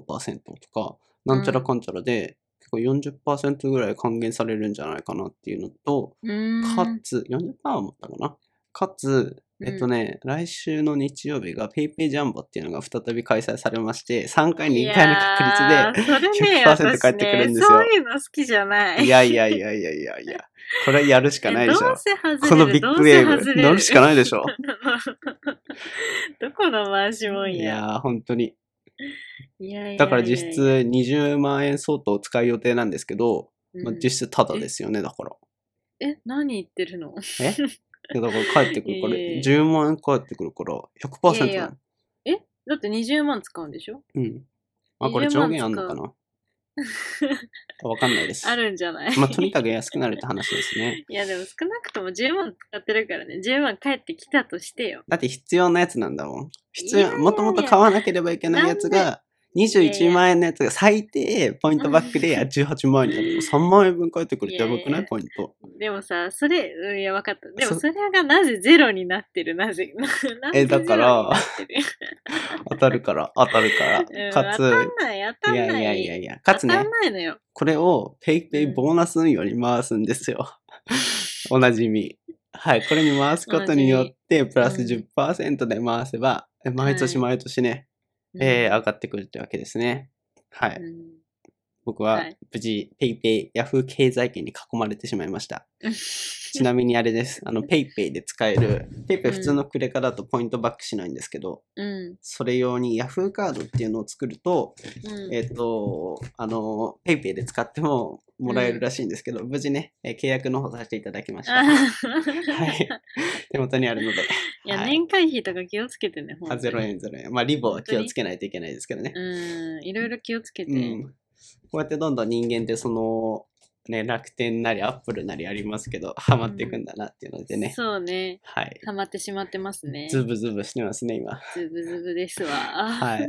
[SPEAKER 1] か、なんちゃらかんちゃらで、結構40%ぐらい還元されるんじゃないかなっていうのと、
[SPEAKER 2] うーん
[SPEAKER 1] かつ、40%は持ったかな。かつ、えっとね、来週の日曜日が PayPay ジャンボっていうのが再び開催されまして、3回に1回の確率
[SPEAKER 2] いやーそれ
[SPEAKER 1] 100%
[SPEAKER 2] ね、私
[SPEAKER 1] 返ってくるんですよ
[SPEAKER 2] ね、そういうの好きじゃない。
[SPEAKER 1] で、いやいやいやいやいやいや、これやるしかないでし
[SPEAKER 2] ど
[SPEAKER 1] ょ
[SPEAKER 2] う。せ外れる
[SPEAKER 1] このビッグウェーブ、乗るしか
[SPEAKER 2] ない。
[SPEAKER 1] ないでしょ。
[SPEAKER 2] どこの回しもん
[SPEAKER 1] い
[SPEAKER 2] や。
[SPEAKER 1] やー、本当に。
[SPEAKER 2] いやいやいや
[SPEAKER 1] だから実質、20万円相当使う予定なんですけど、まあ、
[SPEAKER 2] うん
[SPEAKER 1] 実質タダですよね、だから。
[SPEAKER 2] え、何言ってるの
[SPEAKER 1] えいやだから帰ってくるから、
[SPEAKER 2] いやいや
[SPEAKER 1] 10万円返ってくるから100%
[SPEAKER 2] いやいやだって20万使うんでしょ
[SPEAKER 1] うん。あ、これ
[SPEAKER 2] 20
[SPEAKER 1] 上
[SPEAKER 2] 万
[SPEAKER 1] 限あんのかなわかんないです。
[SPEAKER 2] あるんじゃない
[SPEAKER 1] まあ、とにかく安くなるって話ですね。
[SPEAKER 2] いやでも少なくとも10万使ってるからね10万返ってきたとしてよ
[SPEAKER 1] だって必要なやつなんだもん。必
[SPEAKER 2] いやいや
[SPEAKER 1] 要、
[SPEAKER 2] いや
[SPEAKER 1] もともと買わなければいけないやつが21万円のやつが最低ポイントバックで18万円だけど、3万円分返ってくるってやばく
[SPEAKER 2] いや
[SPEAKER 1] ないい
[SPEAKER 2] や
[SPEAKER 1] ポイン ト。
[SPEAKER 2] でもさ、それ、うん、いや、分かった。でも、
[SPEAKER 1] そ
[SPEAKER 2] それがなぜゼロになってる、なぜ、ななぜ
[SPEAKER 1] えだから
[SPEAKER 2] ゼロになってる
[SPEAKER 1] 当たるから、当たるから。
[SPEAKER 2] うん
[SPEAKER 1] かつ、
[SPEAKER 2] 当たんない、当た
[SPEAKER 1] い
[SPEAKER 2] んな
[SPEAKER 1] や
[SPEAKER 2] い。
[SPEAKER 1] いやいやいや、かつ
[SPEAKER 2] 当
[SPEAKER 1] ね
[SPEAKER 2] たん、ないのよ。
[SPEAKER 1] これをペイペイ
[SPEAKER 2] うん
[SPEAKER 1] ボーナス運用に回すんですよ。 おなじみ。はい、これに回すことによって、プラス10%で回せば、毎年毎年ね、えー上がってくるってわけですね。はい。
[SPEAKER 2] うんうん
[SPEAKER 1] 僕
[SPEAKER 2] は
[SPEAKER 1] はい無事、ペイペイ、ヤフー経済圏に囲まれてしまいま した。ちなみにあれです。あの、ペイペイで使える、ペイペイ普通のクレカだとポイントバックしないんですけど、
[SPEAKER 2] うん。
[SPEAKER 1] それ用にヤフーカードっていうのを作ると、
[SPEAKER 2] うん
[SPEAKER 1] えっ、と、あの、ペイペイで使ってももらえるらしいんですけど、無事ね、えー契約の方させていただきました。
[SPEAKER 2] あ
[SPEAKER 1] は
[SPEAKER 2] ー
[SPEAKER 1] い。手元にあるので、
[SPEAKER 2] いや、
[SPEAKER 1] はい
[SPEAKER 2] 年会費とか気をつけてね、ほ
[SPEAKER 1] あ0円0円。まあ、リボは気をつけないといけないですけどね。
[SPEAKER 2] うん、いろいろ気をつけて。
[SPEAKER 1] うん、こうやってどんどん人間ってその、ね、楽天なりアップルなりありますけどハマっていくんだなっていうのでね、
[SPEAKER 2] そうね。
[SPEAKER 1] はい
[SPEAKER 2] ハマってしまってますね。
[SPEAKER 1] ズブズブしてますね今
[SPEAKER 2] ズブズブですわ。
[SPEAKER 1] は
[SPEAKER 2] はい
[SPEAKER 1] っ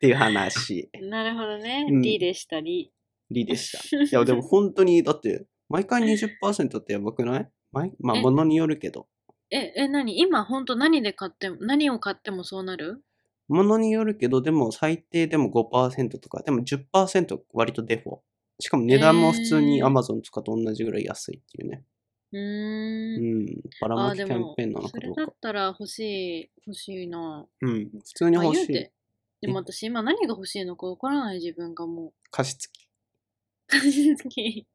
[SPEAKER 1] ていう話
[SPEAKER 2] なるほどね。
[SPEAKER 1] うん
[SPEAKER 2] D でしたり。
[SPEAKER 1] りで したいやでも本当にだって毎回20%ってやばくない毎まあ
[SPEAKER 2] え
[SPEAKER 1] ものによるけど
[SPEAKER 2] え、え、何今、ほんと何で買っても、何を買ってもそうなる
[SPEAKER 1] ものによるけどでも最低でも5%とかでも10%割とデフォしかも値段も普通に
[SPEAKER 2] へー
[SPEAKER 1] Amazon とかと同じぐらい安いっていうね、
[SPEAKER 2] う
[SPEAKER 1] う
[SPEAKER 2] ーん。
[SPEAKER 1] ん、ばら
[SPEAKER 2] あ
[SPEAKER 1] ま
[SPEAKER 2] ー、
[SPEAKER 1] きキ
[SPEAKER 2] で
[SPEAKER 1] ャン
[SPEAKER 2] も
[SPEAKER 1] ペーンなの、
[SPEAKER 2] そ
[SPEAKER 1] か
[SPEAKER 2] れ
[SPEAKER 1] どう
[SPEAKER 2] だ
[SPEAKER 1] か
[SPEAKER 2] ったら欲しい、欲しいな。
[SPEAKER 1] うん普通に
[SPEAKER 2] まあ
[SPEAKER 1] 欲
[SPEAKER 2] 言う
[SPEAKER 1] しい
[SPEAKER 2] て。でも私、今何が欲しいのかわからない自分が も
[SPEAKER 1] 加湿器
[SPEAKER 2] う。加湿器。
[SPEAKER 1] い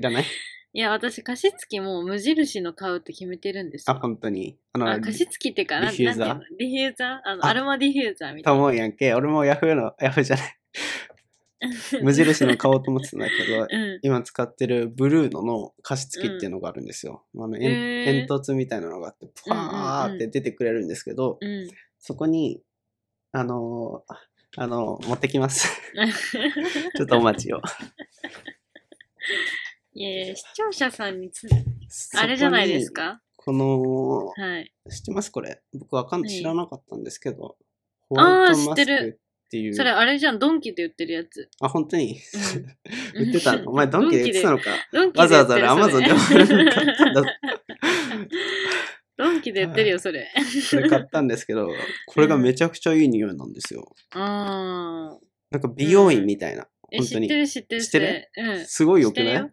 [SPEAKER 1] らない
[SPEAKER 2] いや、私、加湿器もう無印の買うって決めてるんです
[SPEAKER 1] あ、
[SPEAKER 2] よ。
[SPEAKER 1] 本当に。あの、
[SPEAKER 2] あ、加湿器ってか、
[SPEAKER 1] ディ
[SPEAKER 2] なん
[SPEAKER 1] フューザー
[SPEAKER 2] なんていうのディフューザーあの、
[SPEAKER 1] あ
[SPEAKER 2] アロマディフューザーみた
[SPEAKER 1] と
[SPEAKER 2] い
[SPEAKER 1] 思うやんけ。俺もヤフーの、 ヤフーじゃない。
[SPEAKER 2] な。
[SPEAKER 1] 無印の買おうと思ってたんだけど、
[SPEAKER 2] うん。
[SPEAKER 1] 今使ってるブルーノの加湿器っていうのがあるんですよ。あの煙
[SPEAKER 2] へ
[SPEAKER 1] 煙
[SPEAKER 2] ー
[SPEAKER 1] 突みたいなのがあって、パーって出てくれるんですけど、
[SPEAKER 2] うん。
[SPEAKER 1] そこに、あのーあのー持ってきます。 ちょっとお待ちを。
[SPEAKER 2] いやい や視聴者さんにつ、
[SPEAKER 1] そこ
[SPEAKER 2] あ
[SPEAKER 1] に
[SPEAKER 2] れじゃないですか
[SPEAKER 1] この、
[SPEAKER 2] はい。
[SPEAKER 1] 知ってますこれ。僕わかん、
[SPEAKER 2] 何
[SPEAKER 1] 知らなかったんですけど、ホ
[SPEAKER 2] あ
[SPEAKER 1] ワ
[SPEAKER 2] ー
[SPEAKER 1] イトマス
[SPEAKER 2] 知って
[SPEAKER 1] ク
[SPEAKER 2] る
[SPEAKER 1] っていう。
[SPEAKER 2] それ、あれじゃん、ドンキで売ってるやつ。
[SPEAKER 1] あ、本当に。
[SPEAKER 2] う ん
[SPEAKER 1] 売ってたの お前、ドンキで売ってたのか。
[SPEAKER 2] ドンキ
[SPEAKER 1] わざわざ
[SPEAKER 2] で
[SPEAKER 1] 俺
[SPEAKER 2] 売
[SPEAKER 1] ア
[SPEAKER 2] って
[SPEAKER 1] マ
[SPEAKER 2] る
[SPEAKER 1] ゾンで俺
[SPEAKER 2] そ
[SPEAKER 1] 買
[SPEAKER 2] れ
[SPEAKER 1] ったんだ。
[SPEAKER 2] ドンキで売ってるよ、それ。
[SPEAKER 1] これ買ったんですけど、これがめちゃくちゃいい匂いなんですよ。
[SPEAKER 2] あー。
[SPEAKER 1] なんか美容院みたいな。
[SPEAKER 2] え、
[SPEAKER 1] 本
[SPEAKER 2] 知
[SPEAKER 1] 当
[SPEAKER 2] っ
[SPEAKER 1] に
[SPEAKER 2] てる、知ってる。
[SPEAKER 1] 知ってる
[SPEAKER 2] それうん。
[SPEAKER 1] すごい
[SPEAKER 2] 知
[SPEAKER 1] 良
[SPEAKER 2] っ
[SPEAKER 1] く
[SPEAKER 2] てる
[SPEAKER 1] ない
[SPEAKER 2] よ。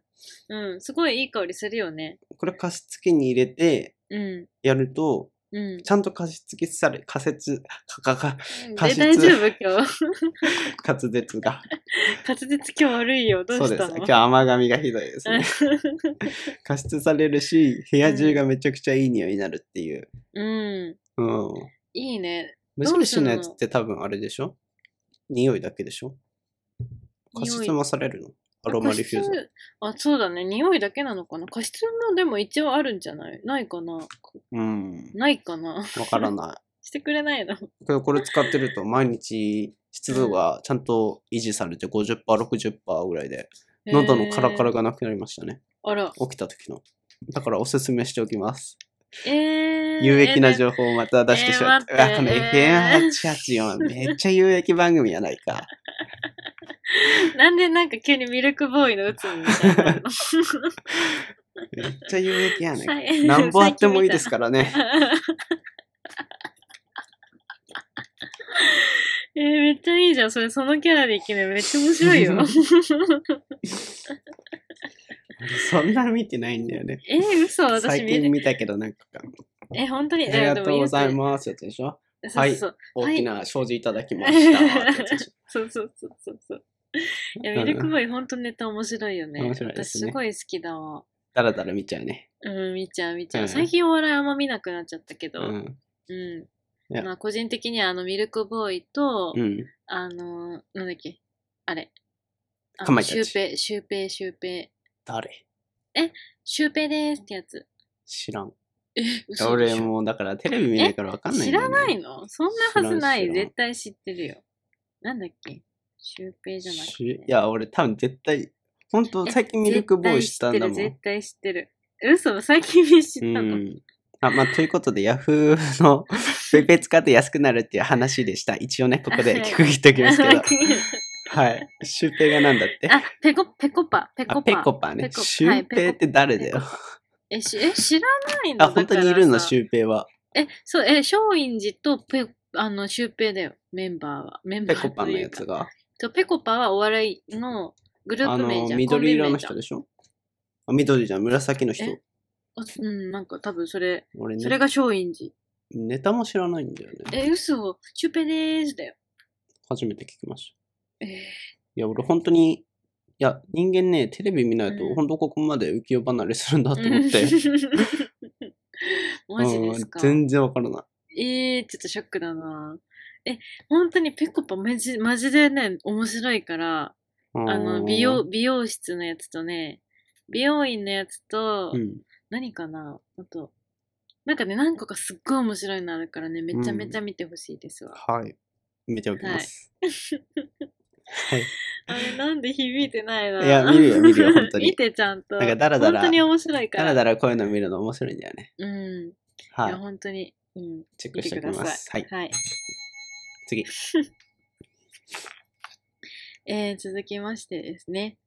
[SPEAKER 2] うん。すごいいい香りするよね。
[SPEAKER 1] これ加湿器に入れて
[SPEAKER 2] うん。
[SPEAKER 1] やると、
[SPEAKER 2] うん。
[SPEAKER 1] ちゃんと加湿器され、加節、かかか、
[SPEAKER 2] で
[SPEAKER 1] 加
[SPEAKER 2] 大
[SPEAKER 1] 湿
[SPEAKER 2] 丈夫今日。
[SPEAKER 1] 滑舌が。
[SPEAKER 2] 滑舌今日悪いよ。 ど
[SPEAKER 1] そうう
[SPEAKER 2] し
[SPEAKER 1] で
[SPEAKER 2] た
[SPEAKER 1] す。
[SPEAKER 2] の
[SPEAKER 1] 今日甘噛みがひどいですね。加湿されるし、部屋中がめちゃくちゃいい匂いになるっていう。
[SPEAKER 2] うん。
[SPEAKER 1] うん。
[SPEAKER 2] いいね。
[SPEAKER 1] 無
[SPEAKER 2] どうす
[SPEAKER 1] 印
[SPEAKER 2] ん
[SPEAKER 1] の
[SPEAKER 2] の
[SPEAKER 1] やつって多分あれでしょ匂いだけでしょ加
[SPEAKER 2] 匂い
[SPEAKER 1] 湿もされるのアロマリフューザー。
[SPEAKER 2] 加湿あ、そうだね。匂いだけなのかな。加湿もでも一応あるんじゃないないかな
[SPEAKER 1] うん。
[SPEAKER 2] ないかな
[SPEAKER 1] わからな
[SPEAKER 2] してくれないの
[SPEAKER 1] い。けどこれ使ってると毎日湿度がちゃんと維持されて50%、60%ぐらいで、 喉のカラカラ
[SPEAKER 2] が。
[SPEAKER 1] がなくなりましたね。
[SPEAKER 2] あら。
[SPEAKER 1] 起きた時の。だからおすすめしておきます。
[SPEAKER 2] えー。
[SPEAKER 1] 有益な
[SPEAKER 2] 報。
[SPEAKER 1] 情報をまた出してしまった。
[SPEAKER 2] えー待
[SPEAKER 1] う
[SPEAKER 2] っ
[SPEAKER 1] わ
[SPEAKER 2] て
[SPEAKER 1] この FM884 はめっちゃ有益番組やない か。
[SPEAKER 2] なんでなんか急にミルクボーイの打つみたいになるの
[SPEAKER 1] めっちゃ有益やないか。
[SPEAKER 2] 最
[SPEAKER 1] なんぼあってもいいですからね。
[SPEAKER 2] えー、めっちゃいいじゃん。それ、そのキャラでいけるめっちゃ面 白いよ。
[SPEAKER 1] そんな見てないんだよね。
[SPEAKER 2] え ー、嘘私
[SPEAKER 1] 最
[SPEAKER 2] 見
[SPEAKER 1] 近
[SPEAKER 2] る。
[SPEAKER 1] 見たけどなんかか。
[SPEAKER 2] え、本当に
[SPEAKER 1] ありが
[SPEAKER 2] で
[SPEAKER 1] と
[SPEAKER 2] も
[SPEAKER 1] う
[SPEAKER 2] 言
[SPEAKER 1] ご
[SPEAKER 2] う
[SPEAKER 1] ざいますやつでしょ。
[SPEAKER 2] そうそうそう。
[SPEAKER 1] 大
[SPEAKER 2] い
[SPEAKER 1] きな障子いただきました ってやつでしょ。
[SPEAKER 2] そうそうそうそうそう。いや、
[SPEAKER 1] うん
[SPEAKER 2] ミルクボーイ、ほんとネタ面白いよね。
[SPEAKER 1] 面白いですね
[SPEAKER 2] 私、すごい好きだわ。
[SPEAKER 1] だらだら見ちゃうね。
[SPEAKER 2] うん、見ちゃう、見ちゃ
[SPEAKER 1] う
[SPEAKER 2] う。
[SPEAKER 1] ん
[SPEAKER 2] 最近お笑いあんま見なくなっちゃったけ
[SPEAKER 1] う
[SPEAKER 2] ど、うん。
[SPEAKER 1] ん。や
[SPEAKER 2] まあ、個人的には、あの、ミルクボーイと、
[SPEAKER 1] うん。
[SPEAKER 2] あのー、なんだっけ、あれ。あの
[SPEAKER 1] かまいた
[SPEAKER 2] シュ
[SPEAKER 1] ち
[SPEAKER 2] ウペイ、シュウペイ、シュウペイ。
[SPEAKER 1] 誰
[SPEAKER 2] シュウペイでーすってやつ。
[SPEAKER 1] 知らん。
[SPEAKER 2] え、嘘で
[SPEAKER 1] 俺
[SPEAKER 2] しょ
[SPEAKER 1] もうだからテレビ見ないからわかんないん
[SPEAKER 2] 知
[SPEAKER 1] だよ
[SPEAKER 2] ら
[SPEAKER 1] ね、
[SPEAKER 2] ないのそんなはずな
[SPEAKER 1] 知ら
[SPEAKER 2] い。
[SPEAKER 1] ん知らん
[SPEAKER 2] 絶対知ってるよ。なんだっけシュウペイじゃなくて。
[SPEAKER 1] しいや、俺多分絶対、ほんと
[SPEAKER 2] え
[SPEAKER 1] 最近ミルクボーイ知ったんだもん。
[SPEAKER 2] 絶対知ってる、絶対知ってる。嘘、最近知った
[SPEAKER 1] う
[SPEAKER 2] の。
[SPEAKER 1] ん。あ、まあ、ということで、ヤフーのペイペイ使って安くなるっていう話でした。一応ね、ここ で聞く言っておきます けど。はい。シュウペイがなんだって。
[SPEAKER 2] あ、ペコ、ペコパ、ペ
[SPEAKER 1] あ
[SPEAKER 2] コ
[SPEAKER 1] ペ
[SPEAKER 2] パ。
[SPEAKER 1] コパね
[SPEAKER 2] ペ。コ
[SPEAKER 1] シュウペイって誰だよ。
[SPEAKER 2] え、しえ知らないの
[SPEAKER 1] あ、本当にいるの、シ
[SPEAKER 2] ュ
[SPEAKER 1] ュウペイは。
[SPEAKER 2] え、そう、え、松陰寺とペあの、シュウペイだよ、メンバーは。メンバ
[SPEAKER 1] ペ
[SPEAKER 2] ー
[SPEAKER 1] コパのや
[SPEAKER 2] とい
[SPEAKER 1] つ
[SPEAKER 2] うか。
[SPEAKER 1] が。
[SPEAKER 2] そうペコパはお笑いのグル
[SPEAKER 1] あ
[SPEAKER 2] ープ名
[SPEAKER 1] の
[SPEAKER 2] じゃん。、コンビ
[SPEAKER 1] 緑色の
[SPEAKER 2] 名じゃん
[SPEAKER 1] 人でしょあ緑じゃん、紫の人。
[SPEAKER 2] えあうん、なんか多分それ、
[SPEAKER 1] 俺
[SPEAKER 2] それ
[SPEAKER 1] ね、
[SPEAKER 2] が松陰寺。
[SPEAKER 1] ネタも知らないんだよね。
[SPEAKER 2] え、嘘、シュウペイでーすだよ。
[SPEAKER 1] 初めて聞きました。
[SPEAKER 2] えー
[SPEAKER 1] いや、俺本当に、いや、人間ね、テレビ見ないと、
[SPEAKER 2] うん
[SPEAKER 1] 本当ここまで浮世離れするんだと思って。
[SPEAKER 2] うん マジですか
[SPEAKER 1] うん、全然わからない。
[SPEAKER 2] ええちょっとショックだな。え、本当にペコパマジ、マジでね、面白いから、あ
[SPEAKER 1] う
[SPEAKER 2] の、
[SPEAKER 1] ん
[SPEAKER 2] 美容、、美容室のやつとね、美容院のやつと、
[SPEAKER 1] うん。
[SPEAKER 2] 何かなあと、なんかね、何個かすっごい面白いのあるからね、めちゃめちゃ見てほしいですわ。
[SPEAKER 1] はい。見ておきます。はい。
[SPEAKER 2] あれ、なんで響いてないの
[SPEAKER 1] いや見るよ見 るよ本当に
[SPEAKER 2] 見て、ちゃんと。
[SPEAKER 1] なんかダラダラ
[SPEAKER 2] 本当に面白いか
[SPEAKER 1] だ
[SPEAKER 2] ら。
[SPEAKER 1] らだらこういうの見るの面白いんだよね。
[SPEAKER 2] うん。い
[SPEAKER 1] は
[SPEAKER 2] や、
[SPEAKER 1] い。
[SPEAKER 2] 本当に。うん。
[SPEAKER 1] チェック
[SPEAKER 2] 見
[SPEAKER 1] しててお
[SPEAKER 2] く
[SPEAKER 1] き
[SPEAKER 2] ださ
[SPEAKER 1] ま
[SPEAKER 2] い。
[SPEAKER 1] す。はい。次。
[SPEAKER 2] えー続きましてですね。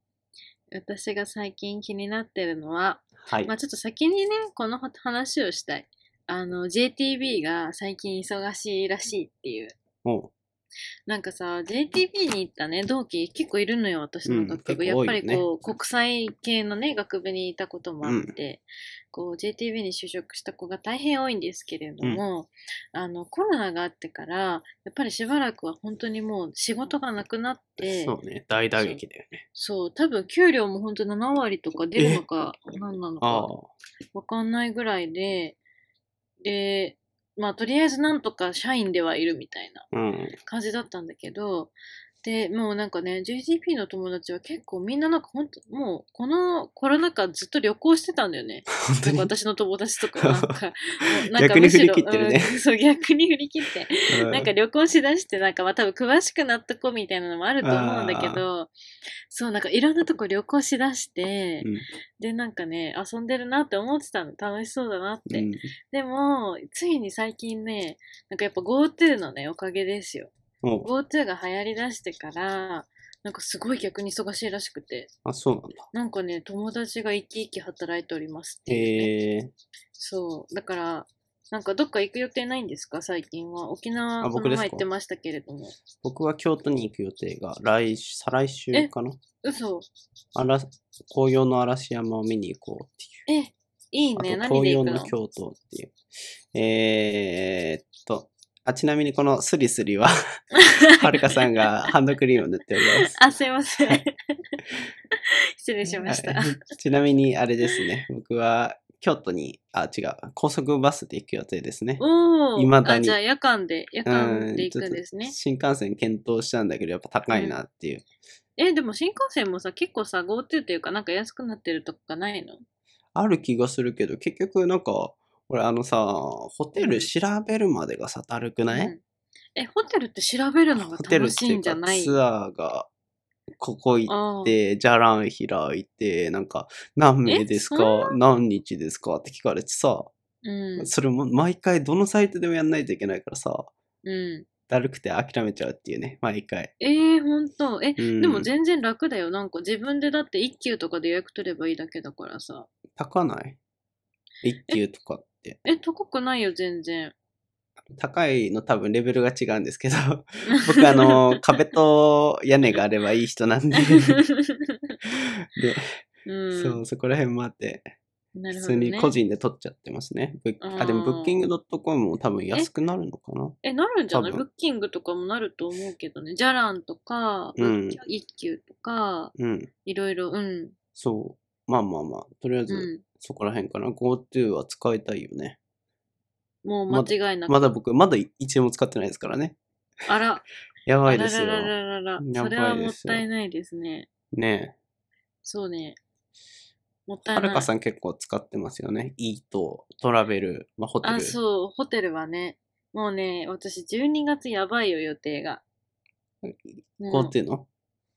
[SPEAKER 2] 私が最近気になってるのは、
[SPEAKER 1] はい
[SPEAKER 2] まあ。ちょっと先にね、この話をしたい。あの、JTB が最近忙しいらしいっていう。
[SPEAKER 1] も
[SPEAKER 2] なんかさ、JTB に行ったね、同期結構いるのよ、私の学部。
[SPEAKER 1] うん結
[SPEAKER 2] や
[SPEAKER 1] 構
[SPEAKER 2] っ
[SPEAKER 1] 多いよ
[SPEAKER 2] ぱ
[SPEAKER 1] ね
[SPEAKER 2] りこう、国際系のね、学部にいたこともあって、こう、JTB に就職した子が大変多いんですけれども、あの、コロナがあってから、やっぱりしばらくは本当にもう仕事がなくなっ
[SPEAKER 1] う、
[SPEAKER 2] て、
[SPEAKER 1] そうね。大打撃だよね。
[SPEAKER 2] そう、多分給料も本当7割とか出るのか、何なの
[SPEAKER 1] あ
[SPEAKER 2] か、わかんないぐらいで、で、まあ、とりあえずなんとか社員ではいるみたいな
[SPEAKER 1] あ。うん。
[SPEAKER 2] 感じだったんだけど、で、もうなんかね、JGP の友達は結構みんななんか本当もうこのコロナ禍ずっと旅行してたんだよね。
[SPEAKER 1] 本当
[SPEAKER 2] なん
[SPEAKER 1] に
[SPEAKER 2] か。私の友達とか なんか、もうなんか
[SPEAKER 1] 逆に
[SPEAKER 2] むしろ
[SPEAKER 1] 振り切ってるね
[SPEAKER 2] うんそう、逆に振り切って。
[SPEAKER 1] う
[SPEAKER 2] なんか旅行しだして、なんかまあ多分詳しくなった子みたいなのもあると思うんだけど、そう、なんかいろんなとこ旅行しだして、
[SPEAKER 1] うん
[SPEAKER 2] で、なんかね、遊んでるなって思ってたの。楽しそうだなって。
[SPEAKER 1] うん
[SPEAKER 2] でも、ついに最近ね、なんかやっぱ GoTo のね、おかげですよ。
[SPEAKER 1] もう、
[SPEAKER 2] GoTo が流行りだしてから、なんかすごい逆に忙しいらしくて、
[SPEAKER 1] あ、そうなんだ。
[SPEAKER 2] なんかね、友達が生き生き働いておりますってい
[SPEAKER 1] へ
[SPEAKER 2] うね、
[SPEAKER 1] え。
[SPEAKER 2] そう。だから、なんかどっか行く予定ないんですか最近は。沖縄、
[SPEAKER 1] あ
[SPEAKER 2] こ
[SPEAKER 1] 僕
[SPEAKER 2] の
[SPEAKER 1] ですか
[SPEAKER 2] 前行ってましたけれども。
[SPEAKER 1] 僕は京都に行く予定が、来週、再来週かな
[SPEAKER 2] 嘘。
[SPEAKER 1] あら紅葉の嵐山を見に行こうっていう。
[SPEAKER 2] え、いいね。
[SPEAKER 1] あと
[SPEAKER 2] 何
[SPEAKER 1] 紅
[SPEAKER 2] で
[SPEAKER 1] 葉
[SPEAKER 2] 行く
[SPEAKER 1] の
[SPEAKER 2] の
[SPEAKER 1] 京都っていう。えー、っと、あ、ちなみにこのスリスリ は、はるかさんがハンドクリームを塗っております。
[SPEAKER 2] あ、すいませ
[SPEAKER 1] は
[SPEAKER 2] ん。 失礼しました。
[SPEAKER 1] はいちなみにあれですね、僕は京都に、あ、違う、高速バスで行く予定ですね。
[SPEAKER 2] おお。
[SPEAKER 1] 未だに
[SPEAKER 2] あ、じゃあ夜間で、夜間で行
[SPEAKER 1] ちょ
[SPEAKER 2] く
[SPEAKER 1] っ
[SPEAKER 2] ん
[SPEAKER 1] と
[SPEAKER 2] ですね。
[SPEAKER 1] 新幹線検討したんだけど、やっぱ高いなっていう。
[SPEAKER 2] え、でも新幹線もさ、結構さ、GoTo っていうか、なんか安くなってるとかないの
[SPEAKER 1] ある気がするけど、結局なんか、俺あのさ、ホテル調べるまでがさ、だるくない、
[SPEAKER 2] うんえ、ホテルって調べるのが
[SPEAKER 1] ホテル
[SPEAKER 2] 楽
[SPEAKER 1] って
[SPEAKER 2] し
[SPEAKER 1] い
[SPEAKER 2] い
[SPEAKER 1] うん
[SPEAKER 2] じゃ
[SPEAKER 1] か
[SPEAKER 2] ない
[SPEAKER 1] ツアーが、ここ行っ
[SPEAKER 2] ああ
[SPEAKER 1] って、じゃらん開いて、なんか、何名です
[SPEAKER 2] えそ
[SPEAKER 1] か何日ですかって聞かれてさ、
[SPEAKER 2] うん。
[SPEAKER 1] それも毎回どのサイトでもやんないといけないからさ、
[SPEAKER 2] うん。
[SPEAKER 1] だるくて諦めちゃうっていうね、毎回。
[SPEAKER 2] えー、ほんと。え、
[SPEAKER 1] うん、
[SPEAKER 2] でも全然楽だよ。なんか自分でだって一級とかで予約取ればいいだけだからさ。
[SPEAKER 1] 高ない一級とかって。
[SPEAKER 2] え、高くないよ、全然。
[SPEAKER 1] 高いの多分レベルが違うんです けど、僕あの、壁と屋根があればいい人 なんで、で、
[SPEAKER 2] うん。
[SPEAKER 1] そう、そこら辺もあって、
[SPEAKER 2] な
[SPEAKER 1] 普
[SPEAKER 2] るほ
[SPEAKER 1] 通
[SPEAKER 2] ど
[SPEAKER 1] に
[SPEAKER 2] ね。
[SPEAKER 1] 個人で取っちゃってますね。ぶっあ、でも
[SPEAKER 2] あー
[SPEAKER 1] ブッキング .com も多分安くなるのかな
[SPEAKER 2] え、なるんじゃな
[SPEAKER 1] 多
[SPEAKER 2] いブ
[SPEAKER 1] 分
[SPEAKER 2] ッキングとかもなると思うけどね。じゃらんとか、
[SPEAKER 1] うん
[SPEAKER 2] 一級とか、
[SPEAKER 1] うん。
[SPEAKER 2] いろいろ、うん。
[SPEAKER 1] そう。まあまあまあ、とりあえず、
[SPEAKER 2] う
[SPEAKER 1] そこら辺かな。GoTo は使いたいよね。
[SPEAKER 2] ん。もう間違いなく。
[SPEAKER 1] まだ僕、まだ一円も使ってないですからね。
[SPEAKER 2] あら、
[SPEAKER 1] やば
[SPEAKER 2] あ
[SPEAKER 1] いで
[SPEAKER 2] ら
[SPEAKER 1] す
[SPEAKER 2] ら
[SPEAKER 1] よ。
[SPEAKER 2] らら
[SPEAKER 1] やば
[SPEAKER 2] らら
[SPEAKER 1] いですよ
[SPEAKER 2] それはもったいないですね。
[SPEAKER 1] ね
[SPEAKER 2] そうね。もっ
[SPEAKER 1] え。
[SPEAKER 2] たい
[SPEAKER 1] は
[SPEAKER 2] ない。
[SPEAKER 1] るかさん結構使ってますよね。イート、トラベル、まあ、ホテル。
[SPEAKER 2] あ、そう、ホテルはね。もうね、私12月やばいよ、予定が。もう
[SPEAKER 1] GoTo の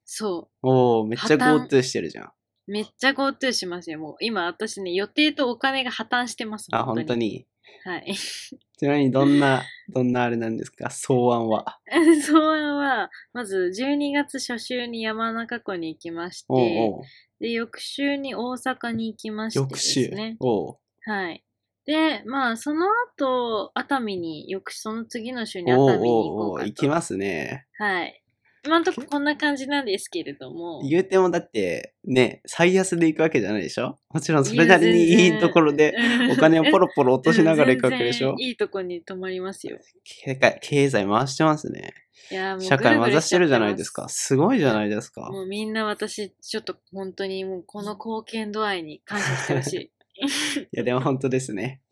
[SPEAKER 2] そ
[SPEAKER 1] おおめっちゃ
[SPEAKER 2] 破綻
[SPEAKER 1] GoTo してるじゃん。
[SPEAKER 2] う。めっちゃ GoTo しますよ、もう。今、私ね、予定とお金が破綻してます。
[SPEAKER 1] あ、本当。に。
[SPEAKER 2] はい。
[SPEAKER 1] ちなみにどんな、 どんなあれなんですか草案は。
[SPEAKER 2] 草案は、まず12月初週に山中湖に行きまして、
[SPEAKER 1] おうおう。
[SPEAKER 2] で、翌週に大阪に行きましてで
[SPEAKER 1] 翌週
[SPEAKER 2] すね。。
[SPEAKER 1] おう。
[SPEAKER 2] はい。で、まあ、その後、熱海に、翌その次の週に熱海に行こ
[SPEAKER 1] お
[SPEAKER 2] う
[SPEAKER 1] うおうお
[SPEAKER 2] か
[SPEAKER 1] う
[SPEAKER 2] と。
[SPEAKER 1] 行きますね。
[SPEAKER 2] はい。今のとここんな感じなんですけれども、
[SPEAKER 1] 言うてもだって、ね、最安で行くわけじゃないでしょもちろんそれなりにいいところで、 お金をポロポロ落としながら行くわけでし
[SPEAKER 2] う
[SPEAKER 1] ょ
[SPEAKER 2] ん全然いいとこに泊まりますよ。
[SPEAKER 1] 経済経済回してますね。
[SPEAKER 2] いやーもう
[SPEAKER 1] 社
[SPEAKER 2] ぐる
[SPEAKER 1] 会
[SPEAKER 2] ぐ
[SPEAKER 1] 混
[SPEAKER 2] る
[SPEAKER 1] ざ
[SPEAKER 2] し
[SPEAKER 1] し
[SPEAKER 2] ち
[SPEAKER 1] て
[SPEAKER 2] ゃ
[SPEAKER 1] る
[SPEAKER 2] って
[SPEAKER 1] じゃ
[SPEAKER 2] ま
[SPEAKER 1] ないですか。すごいじゃないですか。
[SPEAKER 2] もうみんな私、ちょっと本当にもうこの貢献度合いに感謝してほ しい。
[SPEAKER 1] いや、でも本当ですね。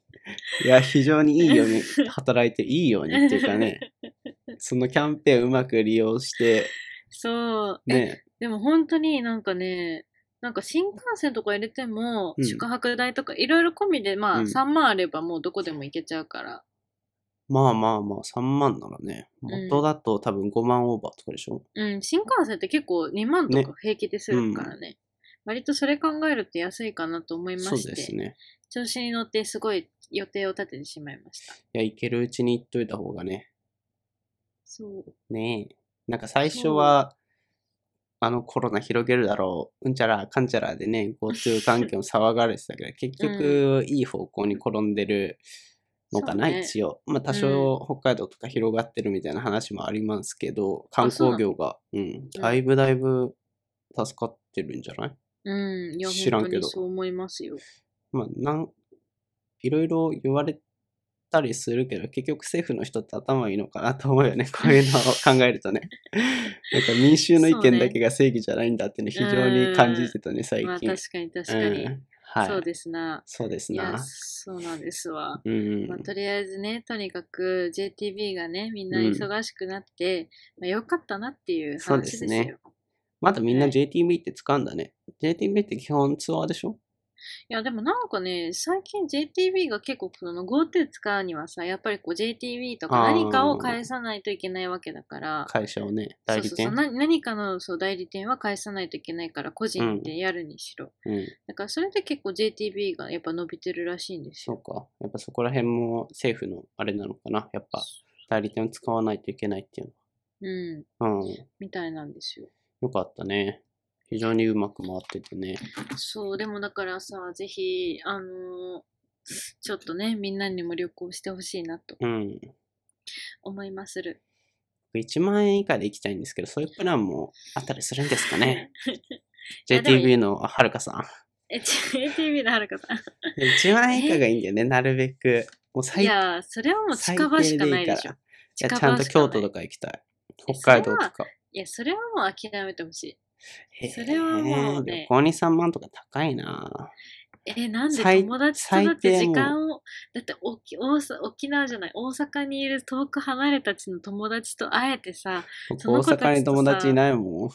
[SPEAKER 1] いや、非常にいいように働いて、いいようにっていうか ね、そのキャンペーンうまく利用して、
[SPEAKER 2] そう。え、
[SPEAKER 1] ね、
[SPEAKER 2] でも本当になんかね、なんか新幹線とか入れても、
[SPEAKER 1] うん
[SPEAKER 2] 宿泊代とかいろいろ込みで、まあ
[SPEAKER 1] うん
[SPEAKER 2] 3万あればもうどこでも行けちゃうから。
[SPEAKER 1] まあまあまあ、3万ならね、
[SPEAKER 2] ん
[SPEAKER 1] 元だと多分5万オーバーとかでしょ。
[SPEAKER 2] うん、新幹線って結構2万と
[SPEAKER 1] ね
[SPEAKER 2] か平気でするからね。割とそれ考えると安いかなと思いま
[SPEAKER 1] そう
[SPEAKER 2] して、
[SPEAKER 1] ですね。
[SPEAKER 2] 調子に乗ってすごい予定を立ててしまいました。
[SPEAKER 1] いや、行けるうちに行っといた方がね、
[SPEAKER 2] そう。
[SPEAKER 1] ねえ。なんか最初は、あのコロナ広げるだろう、うんちゃらかんちゃらでね、GoTo 関係も騒がれてた けど、結局いい方向に転んでるのかな、
[SPEAKER 2] そうね
[SPEAKER 1] 一応。まあ多少北海道とか広がってるみたいな話もありますけど、観光業が、うん、だいぶだいぶ助かってるんじゃない
[SPEAKER 2] うん、いや、
[SPEAKER 1] 知ら
[SPEAKER 2] 本当
[SPEAKER 1] んけど
[SPEAKER 2] にそう思いますよ。
[SPEAKER 1] まあ、なん、いろいろ言われたりするけど、結局政府の人って頭いいのかなと思う よね。こういうのを考えるとね。なんか民衆の意見だけが正義じゃないんだってね、非常に感じてたね、最
[SPEAKER 2] まあ
[SPEAKER 1] 近。
[SPEAKER 2] 確かに確かに。
[SPEAKER 1] うんはい。
[SPEAKER 2] そうですな。
[SPEAKER 1] そうです
[SPEAKER 2] いや、
[SPEAKER 1] な。
[SPEAKER 2] そうなんですわ。
[SPEAKER 1] うんうん。
[SPEAKER 2] まあ、とりあえずね、とにかく JTB がね、みんな
[SPEAKER 1] うん
[SPEAKER 2] 忙しくなって、まあ、よかったなっていう
[SPEAKER 1] そう
[SPEAKER 2] 話
[SPEAKER 1] で
[SPEAKER 2] ですすよ。
[SPEAKER 1] ねまだみんな
[SPEAKER 2] はい
[SPEAKER 1] JTB って使うんだね。JTB って基本ツアーでしょ
[SPEAKER 2] いや、でもなんかね、最近 JTB が結構その GoTo 使うにはさ、やっぱりこう JTB とか
[SPEAKER 1] あー
[SPEAKER 2] 何かを返さないといけないわけだから、
[SPEAKER 1] 会社をね、代理
[SPEAKER 2] そうそうそう
[SPEAKER 1] 店。
[SPEAKER 2] な何かのそう代理店は返さないといけないから、個人でやるにしろ。
[SPEAKER 1] うん。
[SPEAKER 2] だからそれで結構 JTB がやっぱ伸びてるらしいんです
[SPEAKER 1] そ
[SPEAKER 2] よ。
[SPEAKER 1] うか。やっぱそこら辺も政府のあれなのかな。やっぱ代理店を使わないといけないっていう
[SPEAKER 2] うん、
[SPEAKER 1] のは。うん。
[SPEAKER 2] みたいなんですよ。
[SPEAKER 1] よかったね。非常にうまく回っててね。
[SPEAKER 2] そう、でもだからさ、ぜひ、あのーちょっとね、みんなにも旅行してほしいなと
[SPEAKER 1] うん。
[SPEAKER 2] 思いまする。
[SPEAKER 1] 1万円以下で行きたいんですけど、そういうプランもあったりするんですかね
[SPEAKER 2] いやでも
[SPEAKER 1] ?JTB のあはるかさん。
[SPEAKER 2] え、ち ATV のはるかさん。
[SPEAKER 1] 1万円以下がいいんだよね、なるべく。もう
[SPEAKER 2] い
[SPEAKER 1] 最
[SPEAKER 2] やー、それはもう
[SPEAKER 1] 最
[SPEAKER 2] 近場しかないでしょ
[SPEAKER 1] い。や
[SPEAKER 2] 近
[SPEAKER 1] ちゃん
[SPEAKER 2] 場
[SPEAKER 1] と
[SPEAKER 2] しかない
[SPEAKER 1] 京都とか行きたい。北海道とか。
[SPEAKER 2] いや、それはもう諦めてほしい。
[SPEAKER 1] へー
[SPEAKER 2] それはもうね
[SPEAKER 1] 旅行に3万とか高いな
[SPEAKER 2] え、なんで
[SPEAKER 1] 最
[SPEAKER 2] 友達とだって
[SPEAKER 1] 最低
[SPEAKER 2] 時
[SPEAKER 1] もう
[SPEAKER 2] 間を、だって沖大阪沖縄じゃない、大阪にいる遠く離れたちの友達と会えてさ、
[SPEAKER 1] 僕
[SPEAKER 2] その
[SPEAKER 1] 大
[SPEAKER 2] 子たちとさ
[SPEAKER 1] 阪に友達いないもん。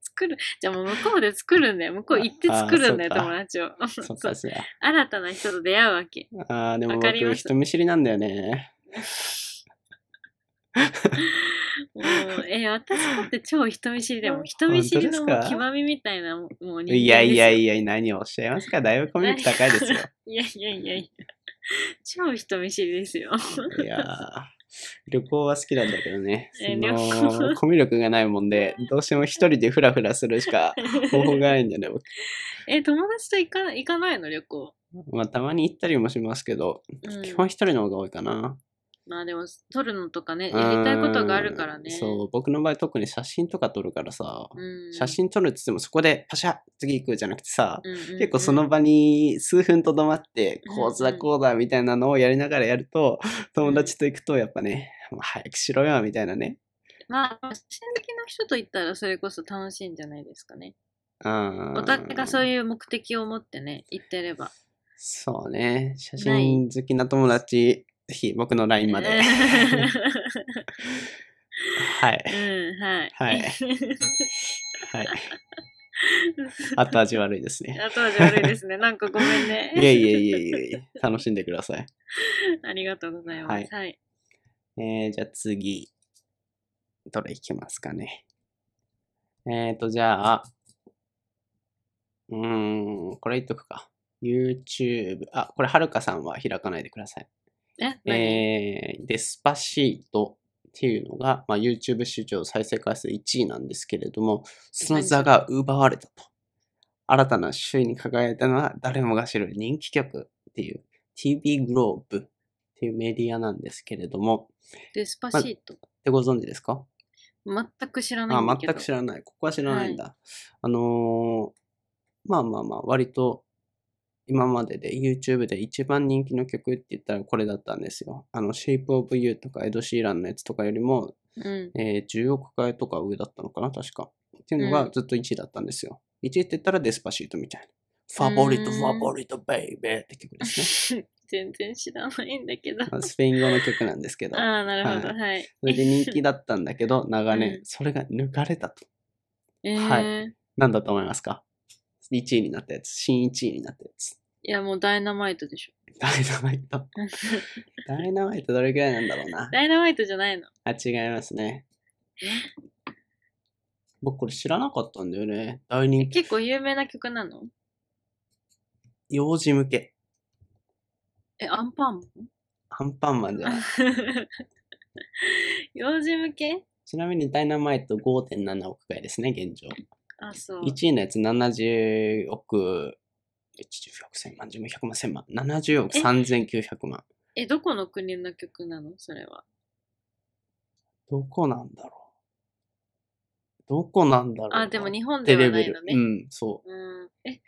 [SPEAKER 2] 作る、じゃあもう向こうで作るんだよ。向こう行って作るんだよ、
[SPEAKER 1] ああ
[SPEAKER 2] 友達を。
[SPEAKER 1] そっ
[SPEAKER 2] そう
[SPEAKER 1] かそっか。
[SPEAKER 2] 新たな人と出会うわけ。
[SPEAKER 1] ああ、でも
[SPEAKER 2] わかり
[SPEAKER 1] 僕
[SPEAKER 2] ます
[SPEAKER 1] 人見知りなんだよね。
[SPEAKER 2] もう、え、私だって超人見知りでも、人見知りの
[SPEAKER 1] 本
[SPEAKER 2] も
[SPEAKER 1] 当
[SPEAKER 2] う
[SPEAKER 1] ですか
[SPEAKER 2] 極みみたいなもう人間ですよ。
[SPEAKER 1] いやいやいや、何をおっしゃいますかだいぶコミュニティ高いですよ。
[SPEAKER 2] いやいやいやいや。超人見知りですよ。
[SPEAKER 1] いやー、旅行は好きなんだけどね。そ
[SPEAKER 2] えー旅
[SPEAKER 1] の、コミュ力がないもんで、どうしても一人でフラフラするし か方法がないんだよね、僕。
[SPEAKER 2] え、友達と行か行かないの旅行。
[SPEAKER 1] まあ、たまに行ったりもしますけど、
[SPEAKER 2] うん
[SPEAKER 1] 基本一人の方が多いかな。
[SPEAKER 2] まあでも、撮るのとかね、やりたいことがあるからね。
[SPEAKER 1] うんそう、僕の場合特に写真とか撮るからさ、
[SPEAKER 2] うん。
[SPEAKER 1] 写真撮るって言ってもそこでパシャ次行くじゃなくてさ、
[SPEAKER 2] うんうんうん
[SPEAKER 1] 結構その場に数分とどまって
[SPEAKER 2] うん
[SPEAKER 1] こうだこうだみたいなのをやりながらやると友達と行くとやっぱねもう早くしろよみたいなね
[SPEAKER 2] まあ、写真好きの人と行ったらそれこそ楽しいんじゃないですかね。
[SPEAKER 1] お
[SPEAKER 2] お互いがそう
[SPEAKER 1] う
[SPEAKER 2] いう目的を持ってね、行ってれば。
[SPEAKER 1] そうね写真好きな友達ぜひ僕の LINE ま ではい
[SPEAKER 2] うん、はい。
[SPEAKER 1] はいはい後味悪いです ね
[SPEAKER 2] 後味悪いですね。なんかごめんね。
[SPEAKER 1] いえいえいえいえいえ楽しんでください
[SPEAKER 2] ありがとうございます。はい。
[SPEAKER 1] えー、じゃあ次、どれいきますかね。えーと、じゃあ、うーん、これいっとくか。 YouTube。あ、これ、はるかさんは開かないでください。
[SPEAKER 2] え何、
[SPEAKER 1] えー、デスパシートっていうのが、まあ、YouTube 史上再生回数1位なんですけれども、その座が奪われたと。新たな首位に輝いたのは誰もが知る人気曲っていう TV グローブっていうメディアなんですけれども、
[SPEAKER 2] デスパシート。
[SPEAKER 1] ってご存知ですか
[SPEAKER 2] 全く知らないんだ
[SPEAKER 1] あ
[SPEAKER 2] けど。
[SPEAKER 1] 全く知らない。ここは知らないんだ。あのーまあまあまあ、割と今までで YouTube で一番人気の曲って言ったらこれだったんですよ。あの、Shape of You とかエド・シーランのやつとかよりも、
[SPEAKER 2] うん。
[SPEAKER 1] えー10億回とか上だったのかな、確か。っていうの
[SPEAKER 2] う
[SPEAKER 1] が
[SPEAKER 2] ん
[SPEAKER 1] ずっと1位だったんですよ。1位って言ったらデスパシートみたいな。ファボリト、
[SPEAKER 2] うーん
[SPEAKER 1] ファボリト、ベイベーって曲ですね。
[SPEAKER 2] 全然知らないんだけど。
[SPEAKER 1] まあスペイン語の曲なんですけど、
[SPEAKER 2] ああ、なるほど。はい。
[SPEAKER 1] それで人気だったんだけど、長
[SPEAKER 2] う
[SPEAKER 1] 年
[SPEAKER 2] ん、
[SPEAKER 1] それが抜かれたと。
[SPEAKER 2] えーい。
[SPEAKER 1] なんだと思いますか ?1 位になったやつ。新1位になったやつ。
[SPEAKER 2] や、もうダイナマイトでしょ。
[SPEAKER 1] ダイナマイ ト。ダイナマイトどれくらいなんだろうな。
[SPEAKER 2] ダイナマイトじゃないの。
[SPEAKER 1] あ、違いますね。僕これ知らなかったんだよね。大人気。
[SPEAKER 2] 結構有名な曲なの
[SPEAKER 1] 幼児向け。
[SPEAKER 2] え、アンパンマン
[SPEAKER 1] アンパンマンじゃない。
[SPEAKER 2] 幼児向け
[SPEAKER 1] ちなみにダイナマイト5.7億回ですね、現状。
[SPEAKER 2] あ、そう。
[SPEAKER 1] 1位のやつ70億、100千万、10万、100万、1000万。70億3900万。
[SPEAKER 2] え、どこの国の曲なのそれは。
[SPEAKER 1] どこなんだろう。どこなんだろうな。
[SPEAKER 2] あ、でも日本で
[SPEAKER 1] テレ
[SPEAKER 2] は
[SPEAKER 1] ベ
[SPEAKER 2] ない
[SPEAKER 1] ル
[SPEAKER 2] の。ね。
[SPEAKER 1] うん、そう。
[SPEAKER 2] うんえ、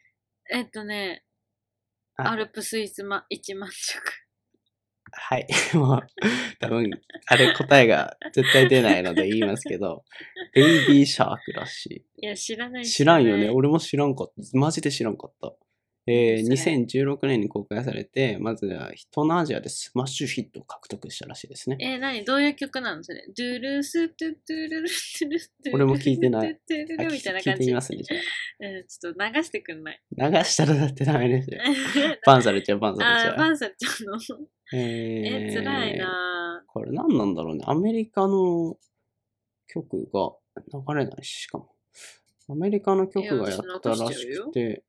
[SPEAKER 2] えっとね、
[SPEAKER 1] あ
[SPEAKER 2] アルプス一万一万色。
[SPEAKER 1] はい。 もう、多分、あれ答えが絶対出ないので言いますけ ど、ベイビーシャークらし。
[SPEAKER 2] いや、知らないい。
[SPEAKER 1] 知らんよ
[SPEAKER 2] 知
[SPEAKER 1] ね。俺も知らんかった。マジで知らんかった。えー
[SPEAKER 2] 何それ
[SPEAKER 1] 2016年に公開されて、まずは東南アジアでスマッシュヒットを獲得したらしいですね。
[SPEAKER 2] えー、何どういう曲なのそれ。ドゥルース、トゥトゥルル、トゥルス、トゥルル
[SPEAKER 1] 俺も聞いてない。
[SPEAKER 2] トゥル
[SPEAKER 1] あ
[SPEAKER 2] ル
[SPEAKER 1] 聞
[SPEAKER 2] ルみたいな
[SPEAKER 1] 聞い
[SPEAKER 2] 感
[SPEAKER 1] て
[SPEAKER 2] じ。
[SPEAKER 1] み
[SPEAKER 2] うん
[SPEAKER 1] ますね、じゃ
[SPEAKER 2] ちょっと流してくんない。
[SPEAKER 1] あ。流したらだってダメです よ。バンされちゃう、バンさ
[SPEAKER 2] あ
[SPEAKER 1] れち
[SPEAKER 2] ー、
[SPEAKER 1] ゃ
[SPEAKER 2] バ
[SPEAKER 1] う。
[SPEAKER 2] ンされちゃうの。え
[SPEAKER 1] え
[SPEAKER 2] ー、
[SPEAKER 1] ー
[SPEAKER 2] 辛いな
[SPEAKER 1] これ何なんだろうね。アメリカの曲が流れないし、しかも。アメリカの曲がやったら
[SPEAKER 2] いや私流し
[SPEAKER 1] し
[SPEAKER 2] ちゃうよ
[SPEAKER 1] くて、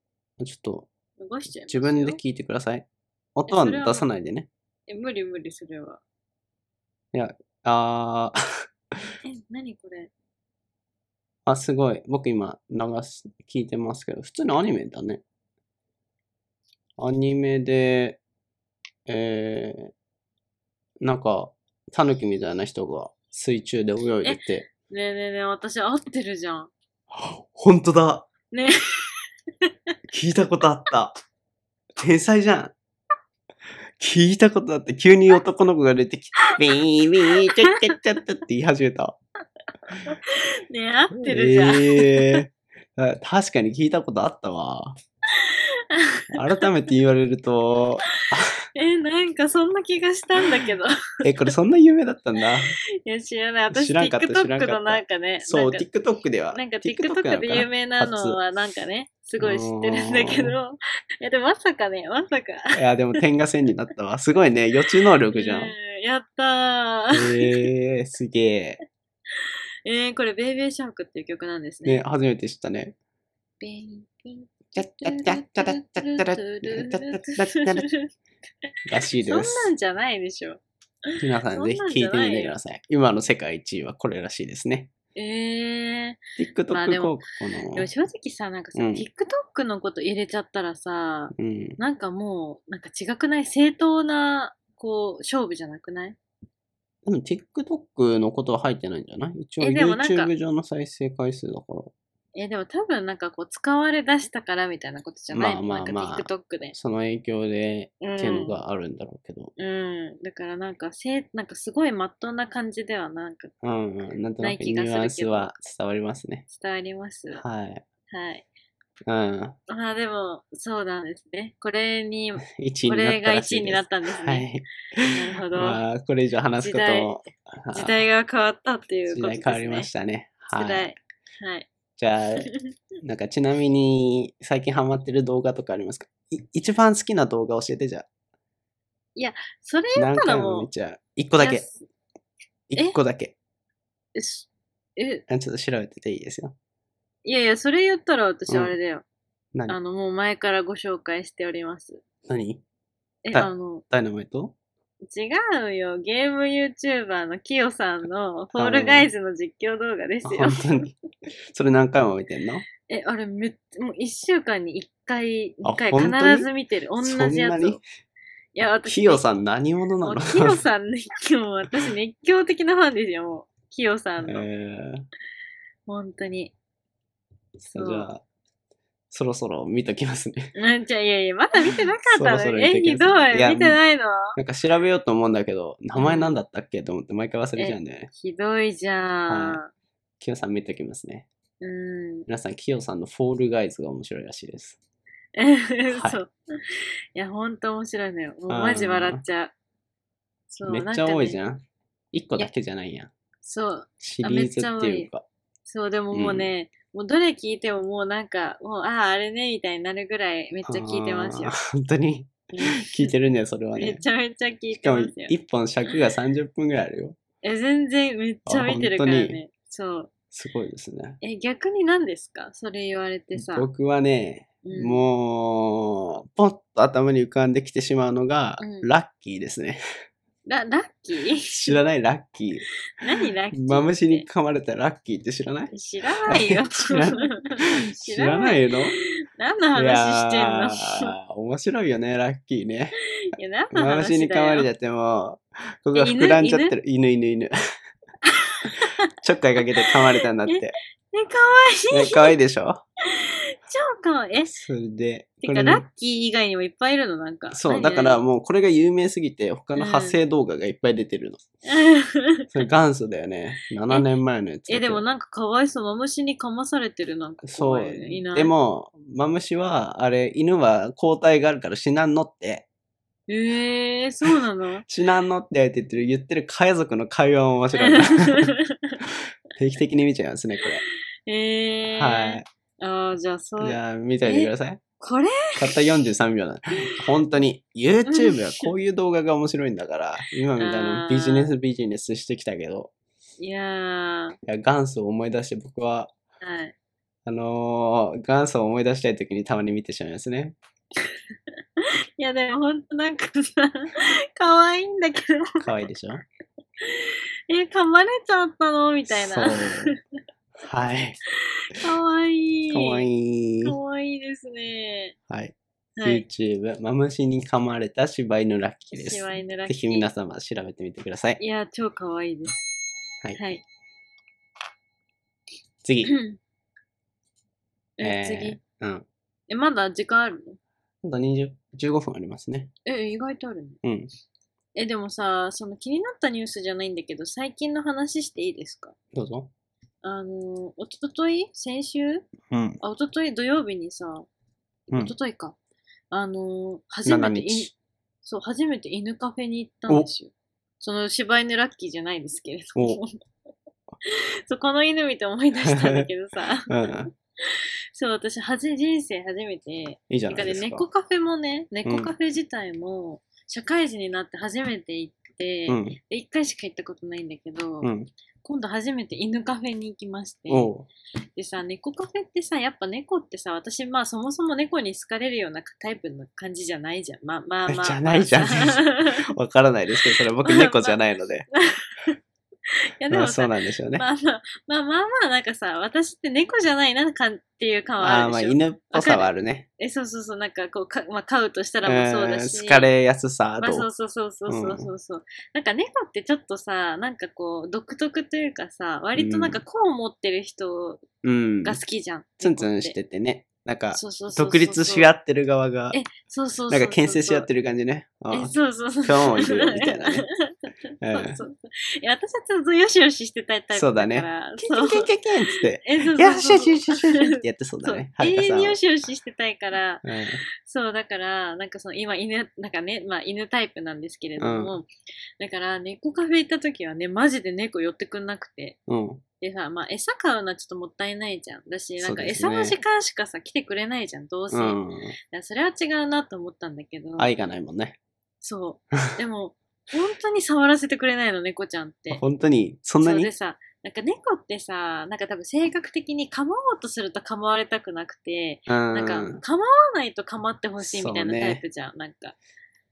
[SPEAKER 1] ちょっと
[SPEAKER 2] ぁ。動しちゃいます
[SPEAKER 1] 自
[SPEAKER 2] よ
[SPEAKER 1] 分で聞いてください。音は
[SPEAKER 2] それは
[SPEAKER 1] 出さないでね。
[SPEAKER 2] え、無理無理、それは。
[SPEAKER 1] あー、
[SPEAKER 2] え、何これ
[SPEAKER 1] あ、すごい。僕今流し、聞いてますけど、普通のアニメだね。アニメで、えー、なんか、タヌキみたいな人が水中で泳いでて、
[SPEAKER 2] ねえねえねえ、私合ってるじゃん。
[SPEAKER 1] ほんとだ
[SPEAKER 2] ね
[SPEAKER 1] 聞いたことあった。天才じゃん。聞いたことあって、急に男の子が出て きて、ビービー、ちゃっちゃっちゃっちゃって言い始めた。
[SPEAKER 2] え、ねえ、合ってるじゃん。
[SPEAKER 1] えー あ確かに聞いたことあったわ。改めて言われると、
[SPEAKER 2] え、なんかそんな気がしたんだけど。
[SPEAKER 1] え、これそんな有名だったんだ。
[SPEAKER 2] いや、知らない。私、
[SPEAKER 1] 知らんかった知らんか
[SPEAKER 2] TikTok
[SPEAKER 1] った
[SPEAKER 2] のなんかね、
[SPEAKER 1] そう、
[SPEAKER 2] なんか
[SPEAKER 1] TikTok では。
[SPEAKER 2] なんか
[SPEAKER 1] TikTok なの
[SPEAKER 2] TikTok
[SPEAKER 1] か
[SPEAKER 2] で
[SPEAKER 1] な
[SPEAKER 2] 有名なのはなんかね、すごい知ってるんだけど、いやでもまさかね、まさか。
[SPEAKER 1] いや、でも点が線になったわ。すごいね。予知能力じゃん。
[SPEAKER 2] うんやったー。
[SPEAKER 1] えー、すげえ。
[SPEAKER 2] えー、これ、ベイベーシャークっていう曲なんですね。
[SPEAKER 1] ね、初めて知ったね。
[SPEAKER 2] ベイベー
[SPEAKER 1] ちゃっちゃっちゃっちゃっちゃっちゃっちゃっちゃっちゃっちゃっらしい
[SPEAKER 2] そん
[SPEAKER 1] で
[SPEAKER 2] な
[SPEAKER 1] す
[SPEAKER 2] ん。じゃないでしょ。
[SPEAKER 1] 皆さんぜひ聞いてみてください。今の世界1位はこれらしいですね。
[SPEAKER 2] えー、
[SPEAKER 1] TikTok
[SPEAKER 2] まあ
[SPEAKER 1] 広
[SPEAKER 2] で
[SPEAKER 1] 告
[SPEAKER 2] も
[SPEAKER 1] の
[SPEAKER 2] でも。正直さ、なんかさ、
[SPEAKER 1] うん
[SPEAKER 2] TikTok のこと入れちゃったらさ、
[SPEAKER 1] うん。
[SPEAKER 2] なんかもう、なんか違くない正当な、こう、勝負じゃなくない
[SPEAKER 1] でも TikTok のことは入ってないんじゃない一応
[SPEAKER 2] えでもなんか
[SPEAKER 1] YouTube 上の再生回数だから。
[SPEAKER 2] え、でも多分なんかこう、使われ出したからみたいなことじゃないの、
[SPEAKER 1] まあまあまあ
[SPEAKER 2] なんか TikTok で。
[SPEAKER 1] その影響で
[SPEAKER 2] うん
[SPEAKER 1] っていうのがあるんだろうけど。
[SPEAKER 2] うん。だからなんか、せいなんかすごいまっとうな感じではなんか
[SPEAKER 1] うん、うん。なんとな
[SPEAKER 2] ない
[SPEAKER 1] くニ
[SPEAKER 2] 気がする
[SPEAKER 1] ュ
[SPEAKER 2] けど
[SPEAKER 1] アンスは伝わりますね。
[SPEAKER 2] 伝わります。は
[SPEAKER 1] はい。
[SPEAKER 2] い。
[SPEAKER 1] うん。
[SPEAKER 2] まあでも、そうなんですね。これに、こ
[SPEAKER 1] 1位になった
[SPEAKER 2] れが
[SPEAKER 1] らし
[SPEAKER 2] 1
[SPEAKER 1] いです
[SPEAKER 2] 位になったんです
[SPEAKER 1] は
[SPEAKER 2] ね。
[SPEAKER 1] い。
[SPEAKER 2] なるほど。
[SPEAKER 1] まあ、これ以上話すことも。
[SPEAKER 2] 時代が変わったっていう
[SPEAKER 1] 時
[SPEAKER 2] こと
[SPEAKER 1] 代
[SPEAKER 2] ですね。
[SPEAKER 1] 変わりましたね。
[SPEAKER 2] 辛い。
[SPEAKER 1] は。
[SPEAKER 2] はいい。
[SPEAKER 1] じ ゃあ、なんかちなみに最近ハマってる動画とかありますかい一番好きな動画教えてじゃあ。
[SPEAKER 2] それや
[SPEAKER 1] 何
[SPEAKER 2] ったら
[SPEAKER 1] 回
[SPEAKER 2] も
[SPEAKER 1] も
[SPEAKER 2] う
[SPEAKER 1] 見、ちゃう。一個だ
[SPEAKER 2] い
[SPEAKER 1] け
[SPEAKER 2] や。すえ
[SPEAKER 1] 一個だけ。
[SPEAKER 2] えすえ、
[SPEAKER 1] あちょっと調べてていいですよ。
[SPEAKER 2] いやいや、それ言ったら私
[SPEAKER 1] うん
[SPEAKER 2] あれだよ。あ
[SPEAKER 1] 何
[SPEAKER 2] の、もう前からご紹介しております。
[SPEAKER 1] 何
[SPEAKER 2] え、
[SPEAKER 1] はい
[SPEAKER 2] あの、
[SPEAKER 1] ダイナマイト
[SPEAKER 2] 違うよ。ゲーム YouTuber のキヨさんのフォールガイズの実況動画です
[SPEAKER 1] あ
[SPEAKER 2] よ。
[SPEAKER 1] 本当に。それ何回も見てんの
[SPEAKER 2] え、あれめっもう1週間に1回、
[SPEAKER 1] あ
[SPEAKER 2] 2回
[SPEAKER 1] 本当に
[SPEAKER 2] 必ず見てる。同
[SPEAKER 1] そんなに
[SPEAKER 2] じやつを。いや、私、
[SPEAKER 1] ヒヨさん何者
[SPEAKER 2] も
[SPEAKER 1] な
[SPEAKER 2] う
[SPEAKER 1] の
[SPEAKER 2] キヨさん熱狂、もう私熱狂的なファンですよ、もう。キヨさん の。
[SPEAKER 1] え
[SPEAKER 2] 本当に。そ
[SPEAKER 1] ー、じゃ
[SPEAKER 2] う。
[SPEAKER 1] あ、そろそろ見ときますね。
[SPEAKER 2] なんちゃ、いやいや、まだ見てなかっ た
[SPEAKER 1] そろそろ
[SPEAKER 2] の
[SPEAKER 1] 見
[SPEAKER 2] え、
[SPEAKER 1] てく
[SPEAKER 2] ひ
[SPEAKER 1] だ
[SPEAKER 2] ど
[SPEAKER 1] さい
[SPEAKER 2] い。
[SPEAKER 1] いや
[SPEAKER 2] 見てないの
[SPEAKER 1] なんか調べようと思うんだけど、名前なんだったっけと思って毎回忘れちゃうんだよね。
[SPEAKER 2] ひどいじゃん。
[SPEAKER 1] キヨさん見ときますね。
[SPEAKER 2] うん。
[SPEAKER 1] 皆さん、キヨさんのフォールガイズが面白いらしいです。 い
[SPEAKER 2] そう。いや、ほんと面白いのよ。もうマジ
[SPEAKER 1] うん
[SPEAKER 2] 笑っちゃう。そう、
[SPEAKER 1] めっちゃ多いじ
[SPEAKER 2] んかね。
[SPEAKER 1] ゃん。一個だけじゃないやん。
[SPEAKER 2] そう。
[SPEAKER 1] シリーズっていうか。
[SPEAKER 2] そう、でももうね、もうどれ聞いてももうなんか、もう、ああ、あれね、みたいになるぐらいめっちゃ聞いてますよ
[SPEAKER 1] あ。ー。本当に 聞いてるね、それは
[SPEAKER 2] め
[SPEAKER 1] ね。
[SPEAKER 2] ちゃめちゃ聞い
[SPEAKER 1] してか
[SPEAKER 2] ま
[SPEAKER 1] も、
[SPEAKER 2] すよ。
[SPEAKER 1] 一本尺が30分ぐらいあるよ。
[SPEAKER 2] え、全然めっちゃ見てるから
[SPEAKER 1] あ本当に
[SPEAKER 2] ね。そう。
[SPEAKER 1] すごいですね。
[SPEAKER 2] え、逆に何ですかそれ言われてさ。
[SPEAKER 1] 僕はね、
[SPEAKER 2] うん
[SPEAKER 1] もう、ポッと頭に浮かんできてしまうのが、
[SPEAKER 2] うん
[SPEAKER 1] ラッキーですね。
[SPEAKER 2] ララッキー
[SPEAKER 1] 知らないラッキー。
[SPEAKER 2] 何ラッキーって
[SPEAKER 1] マムシに噛まれたラッキーって知らない
[SPEAKER 2] 知らない よ。
[SPEAKER 1] 知ら知らな。いの
[SPEAKER 2] 何の
[SPEAKER 1] い
[SPEAKER 2] 話してんの
[SPEAKER 1] やー面白いよね、ラッキーね。
[SPEAKER 2] いや、何の
[SPEAKER 1] マムシ
[SPEAKER 2] 話
[SPEAKER 1] に
[SPEAKER 2] だ
[SPEAKER 1] 噛まれ
[SPEAKER 2] よ。
[SPEAKER 1] ちゃっても、ここが膨らんじゃってる。犬、犬、犬。ちょっかいかけて噛まれたんだって。
[SPEAKER 2] え、かわ
[SPEAKER 1] ね、可愛いでしょ
[SPEAKER 2] い超かわいい。え、
[SPEAKER 1] それで、こ
[SPEAKER 2] てか、
[SPEAKER 1] れ
[SPEAKER 2] ラ
[SPEAKER 1] ね
[SPEAKER 2] ッキー以外にもいっぱいいるのなんか。
[SPEAKER 1] そう、
[SPEAKER 2] 何
[SPEAKER 1] だから
[SPEAKER 2] 何
[SPEAKER 1] もうこれが有名すぎて、他の
[SPEAKER 2] うん
[SPEAKER 1] 派生動画がいっぱい出てるの。
[SPEAKER 2] うん
[SPEAKER 1] それ元祖だよね。7年前のやつだけど。
[SPEAKER 2] え、でもなんかかわいそう。マムシにかまされてるなんか
[SPEAKER 1] そ
[SPEAKER 2] 怖
[SPEAKER 1] う
[SPEAKER 2] いよね。いな。
[SPEAKER 1] で、も、マムシは、あれ、犬は抗体があるから死なんのって、
[SPEAKER 2] えー、そうな の
[SPEAKER 1] 死なんのってって言ってる、言ってる海賊の会話も面白いな。 定期的に見ちゃいますね、これ。
[SPEAKER 2] えー。
[SPEAKER 1] はい。
[SPEAKER 2] ああ、じゃあ、そう
[SPEAKER 1] じ。ゃあ、見ておいてください。
[SPEAKER 2] これ
[SPEAKER 1] たった43秒なの。本当に、YouTube はこういう動画が面白いんだから、今みたいなビジネスビジネスしてきたけど、
[SPEAKER 2] いやー、はい
[SPEAKER 1] や元祖を思い出して僕は、
[SPEAKER 2] い。
[SPEAKER 1] あのー、元祖を思い出したいときにたまに見てしまいますね。
[SPEAKER 2] いや、でもほんとなんかさ、 かわいいんだけど、
[SPEAKER 1] 可愛いでしょ
[SPEAKER 2] え、噛まれちゃったの みたいな。
[SPEAKER 1] そう。はい。
[SPEAKER 2] かわいい。
[SPEAKER 1] 可愛
[SPEAKER 2] い。
[SPEAKER 1] いい。
[SPEAKER 2] かわいいですね。
[SPEAKER 1] はい。
[SPEAKER 2] はい。
[SPEAKER 1] YouTube、マムシに噛まれた柴犬ラッキーです。
[SPEAKER 2] 柴
[SPEAKER 1] ぜ
[SPEAKER 2] 犬ラッキ
[SPEAKER 1] ひ
[SPEAKER 2] ー。
[SPEAKER 1] 皆様調べてみてください。
[SPEAKER 2] いや、超かわいいです。
[SPEAKER 1] はい。
[SPEAKER 2] はい。
[SPEAKER 1] 次。
[SPEAKER 2] え、次。
[SPEAKER 1] ーうん。
[SPEAKER 2] え、まだ時間あるの
[SPEAKER 1] あと20 15分ありますね。
[SPEAKER 2] え、意外とあるの
[SPEAKER 1] うん。
[SPEAKER 2] え、でもさ、その気になったニュースじゃないんだけど、最近の話していいですか
[SPEAKER 1] どうぞ。
[SPEAKER 2] あの、おととい先週
[SPEAKER 1] うん。
[SPEAKER 2] あ、おととい土曜日にさ、
[SPEAKER 1] うん
[SPEAKER 2] おとといか。あのー、初
[SPEAKER 1] 7
[SPEAKER 2] めてい
[SPEAKER 1] 日。。
[SPEAKER 2] そう、初めて犬カフェに行ったんですよ。その柴犬ラッキーじゃないですけれども。 そう、この犬見て思い出したんだけどさ
[SPEAKER 1] うん。
[SPEAKER 2] そう、私、はじ、人生初めて。
[SPEAKER 1] いいじゃ
[SPEAKER 2] なん
[SPEAKER 1] な
[SPEAKER 2] か
[SPEAKER 1] い
[SPEAKER 2] ね、
[SPEAKER 1] ですか。
[SPEAKER 2] 猫カフェもね、
[SPEAKER 1] う
[SPEAKER 2] 猫
[SPEAKER 1] ん
[SPEAKER 2] カフェ自体も、社会人になって初めて行って、
[SPEAKER 1] うん。
[SPEAKER 2] で一回しか行ったことないんだけど、
[SPEAKER 1] うん。
[SPEAKER 2] 今度初めて犬カフェに行きまして、
[SPEAKER 1] おう。
[SPEAKER 2] でさ、猫カフェってさ、やっぱ猫ってさ、私、まあそもそも猫に好かれるようなタイプの感じじゃないじゃん。まあまあまあ。
[SPEAKER 1] じゃないじゃん
[SPEAKER 2] い
[SPEAKER 1] わからないですけど、それは僕猫じゃないの で。
[SPEAKER 2] やで
[SPEAKER 1] ま
[SPEAKER 2] も
[SPEAKER 1] あそ
[SPEAKER 2] さ、
[SPEAKER 1] う
[SPEAKER 2] まあ
[SPEAKER 1] なんでしょうね。
[SPEAKER 2] まあ、まあまあまあ、なんかさ、私って猫じゃないな感っていう感は
[SPEAKER 1] あ
[SPEAKER 2] あ
[SPEAKER 1] ー
[SPEAKER 2] る
[SPEAKER 1] まあ
[SPEAKER 2] でしょ。
[SPEAKER 1] 犬っぽさはあるね。
[SPEAKER 2] え、そうそうそう、なんかこう、かまあ飼うとしたらもうそうだし。
[SPEAKER 1] 好かれやすさ
[SPEAKER 2] まあ
[SPEAKER 1] と、
[SPEAKER 2] そうそうそうそうそうそうそう、なんか猫ってちょっとさなんかこう独特というかさ割となんかこう持ってる人
[SPEAKER 1] うん、
[SPEAKER 2] が好きじゃん、
[SPEAKER 1] ツンツンし
[SPEAKER 2] 猫って
[SPEAKER 1] てねなんか
[SPEAKER 2] そうそうそうそう
[SPEAKER 1] 独立し合ってる側が
[SPEAKER 2] えそうそうそうそ
[SPEAKER 1] な
[SPEAKER 2] うん
[SPEAKER 1] か牽制し合ってる感じねう
[SPEAKER 2] え
[SPEAKER 1] ん
[SPEAKER 2] そうそうそう。
[SPEAKER 1] 今日もいるよみたいなね
[SPEAKER 2] そう
[SPEAKER 1] うん
[SPEAKER 2] そうそういや私はちょっとよしよししてたいタイプ
[SPEAKER 1] そうだ
[SPEAKER 2] だか
[SPEAKER 1] ね
[SPEAKER 2] ら。
[SPEAKER 1] キンキンキンキンキンっつって
[SPEAKER 2] えそうそうそう
[SPEAKER 1] よしよしよしよしよしってやってそうだ
[SPEAKER 2] そう
[SPEAKER 1] ねは
[SPEAKER 2] 永
[SPEAKER 1] るかさ
[SPEAKER 2] 遠
[SPEAKER 1] ん
[SPEAKER 2] に
[SPEAKER 1] は
[SPEAKER 2] よしよししてたいから、
[SPEAKER 1] うん
[SPEAKER 2] そう、だから、なんかその、今、犬、なんかね、まあ、犬タイプなんですけれども、だから、猫カフェ行った時はね、マジで猫寄ってくんなくて、
[SPEAKER 1] うん
[SPEAKER 2] でさ、まあ、餌買うのはちょっともったいないじゃん。だし、なんか
[SPEAKER 1] そうです
[SPEAKER 2] 餌
[SPEAKER 1] ね
[SPEAKER 2] の時間しかさ、来てくれないじゃん、どうせ。
[SPEAKER 1] うん
[SPEAKER 2] だからそれは違うなと思ったんだけど、
[SPEAKER 1] 愛がないもんね
[SPEAKER 2] そう。でも、本当に触らせてくれないの、猫ちゃんって。
[SPEAKER 1] 本当にそんな
[SPEAKER 2] そう
[SPEAKER 1] に
[SPEAKER 2] でさなんか猫ってさ、なんか多分性格的に構おうとすると構われたくなくて、
[SPEAKER 1] うん。
[SPEAKER 2] なん
[SPEAKER 1] な
[SPEAKER 2] か
[SPEAKER 1] ん
[SPEAKER 2] 構わないと構ってほしいみたいな
[SPEAKER 1] そう
[SPEAKER 2] タ
[SPEAKER 1] ね
[SPEAKER 2] イプじゃん。なんか、
[SPEAKER 1] て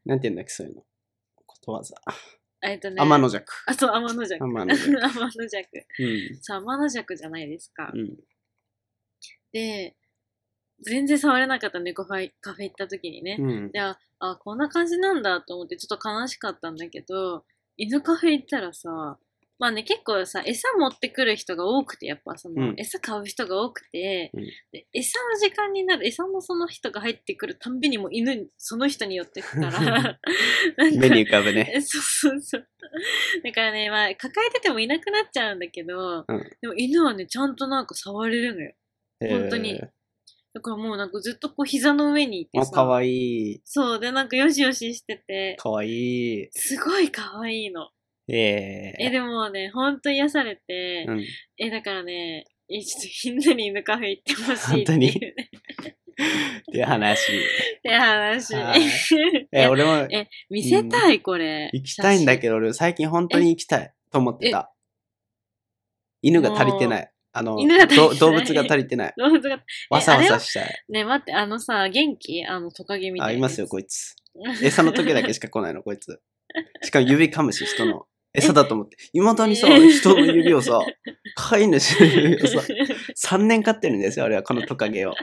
[SPEAKER 1] 言うんだっけ、そういうの。ことわざ。
[SPEAKER 2] えっとね、
[SPEAKER 1] 天の弱。
[SPEAKER 2] あ、そう、天の弱。
[SPEAKER 1] 天の
[SPEAKER 2] 天
[SPEAKER 1] 弱。
[SPEAKER 2] の弱。
[SPEAKER 1] うん。
[SPEAKER 2] そう、天の弱じゃないですか。
[SPEAKER 1] うん。
[SPEAKER 2] で、全然触れなかった猫ファイカフェ行った時にね。
[SPEAKER 1] うん。
[SPEAKER 2] で、あ、あこんな感じなんだと思ってちょっと悲しかったんだけど、犬カフェ行ったらさ、まあね、結構さ、餌持ってくる人が多くて、やっぱその、
[SPEAKER 1] うん
[SPEAKER 2] 餌買う人が多くて、
[SPEAKER 1] うん
[SPEAKER 2] で、餌の時間になる、餌のその人が入ってくるたんびにもう犬に、その人に寄ってく から、なんか、
[SPEAKER 1] 目に浮かぶね。
[SPEAKER 2] え そうそうそう。だからね、まあ、抱えててもいなくなっちゃうんだけど、
[SPEAKER 1] うん
[SPEAKER 2] でも犬はね、ちゃんとなんか触れるのよ。本当に
[SPEAKER 1] えー
[SPEAKER 2] だからもうなんかずっとこう膝の上にいて
[SPEAKER 1] あ、
[SPEAKER 2] さ、
[SPEAKER 1] かわいい。
[SPEAKER 2] そう、でなんかよしよししてて、
[SPEAKER 1] かわいい。
[SPEAKER 2] すごい可愛いの。
[SPEAKER 1] え
[SPEAKER 2] え、
[SPEAKER 1] え
[SPEAKER 2] でもね、ほんと癒されて、
[SPEAKER 1] うん。
[SPEAKER 2] え、だからね、え、ちょっとみんなに犬カフェ行ってほしい
[SPEAKER 1] 本
[SPEAKER 2] って
[SPEAKER 1] 当
[SPEAKER 2] いう、
[SPEAKER 1] に
[SPEAKER 2] ね。
[SPEAKER 1] って 話。
[SPEAKER 2] って話。
[SPEAKER 1] はいえ
[SPEAKER 2] え
[SPEAKER 1] 俺も
[SPEAKER 2] え見せたい、これ。
[SPEAKER 1] 行きたいんだ
[SPEAKER 2] ど。
[SPEAKER 1] けど、俺最近本当に行きたいと思ってた。犬が足りてない。あの、
[SPEAKER 2] 犬が足りてな
[SPEAKER 1] ど
[SPEAKER 2] い
[SPEAKER 1] 動物が足りて ない。
[SPEAKER 2] 動物が
[SPEAKER 1] わさわ
[SPEAKER 2] あれ
[SPEAKER 1] さ
[SPEAKER 2] は
[SPEAKER 1] したい。
[SPEAKER 2] ね、待って、あのさ、元気あのトカゲみた
[SPEAKER 1] あ、
[SPEAKER 2] い
[SPEAKER 1] いま
[SPEAKER 2] なやつ。
[SPEAKER 1] すよ、こいつ。餌の時だけしか来ないの、こいつ。しかも指噛むし、人の。餌だと思って。 いまだにさ、
[SPEAKER 2] え
[SPEAKER 1] 人の指をさ、飼い主の指をさ、3年飼ってるんですよ、あれは、このトカゲを。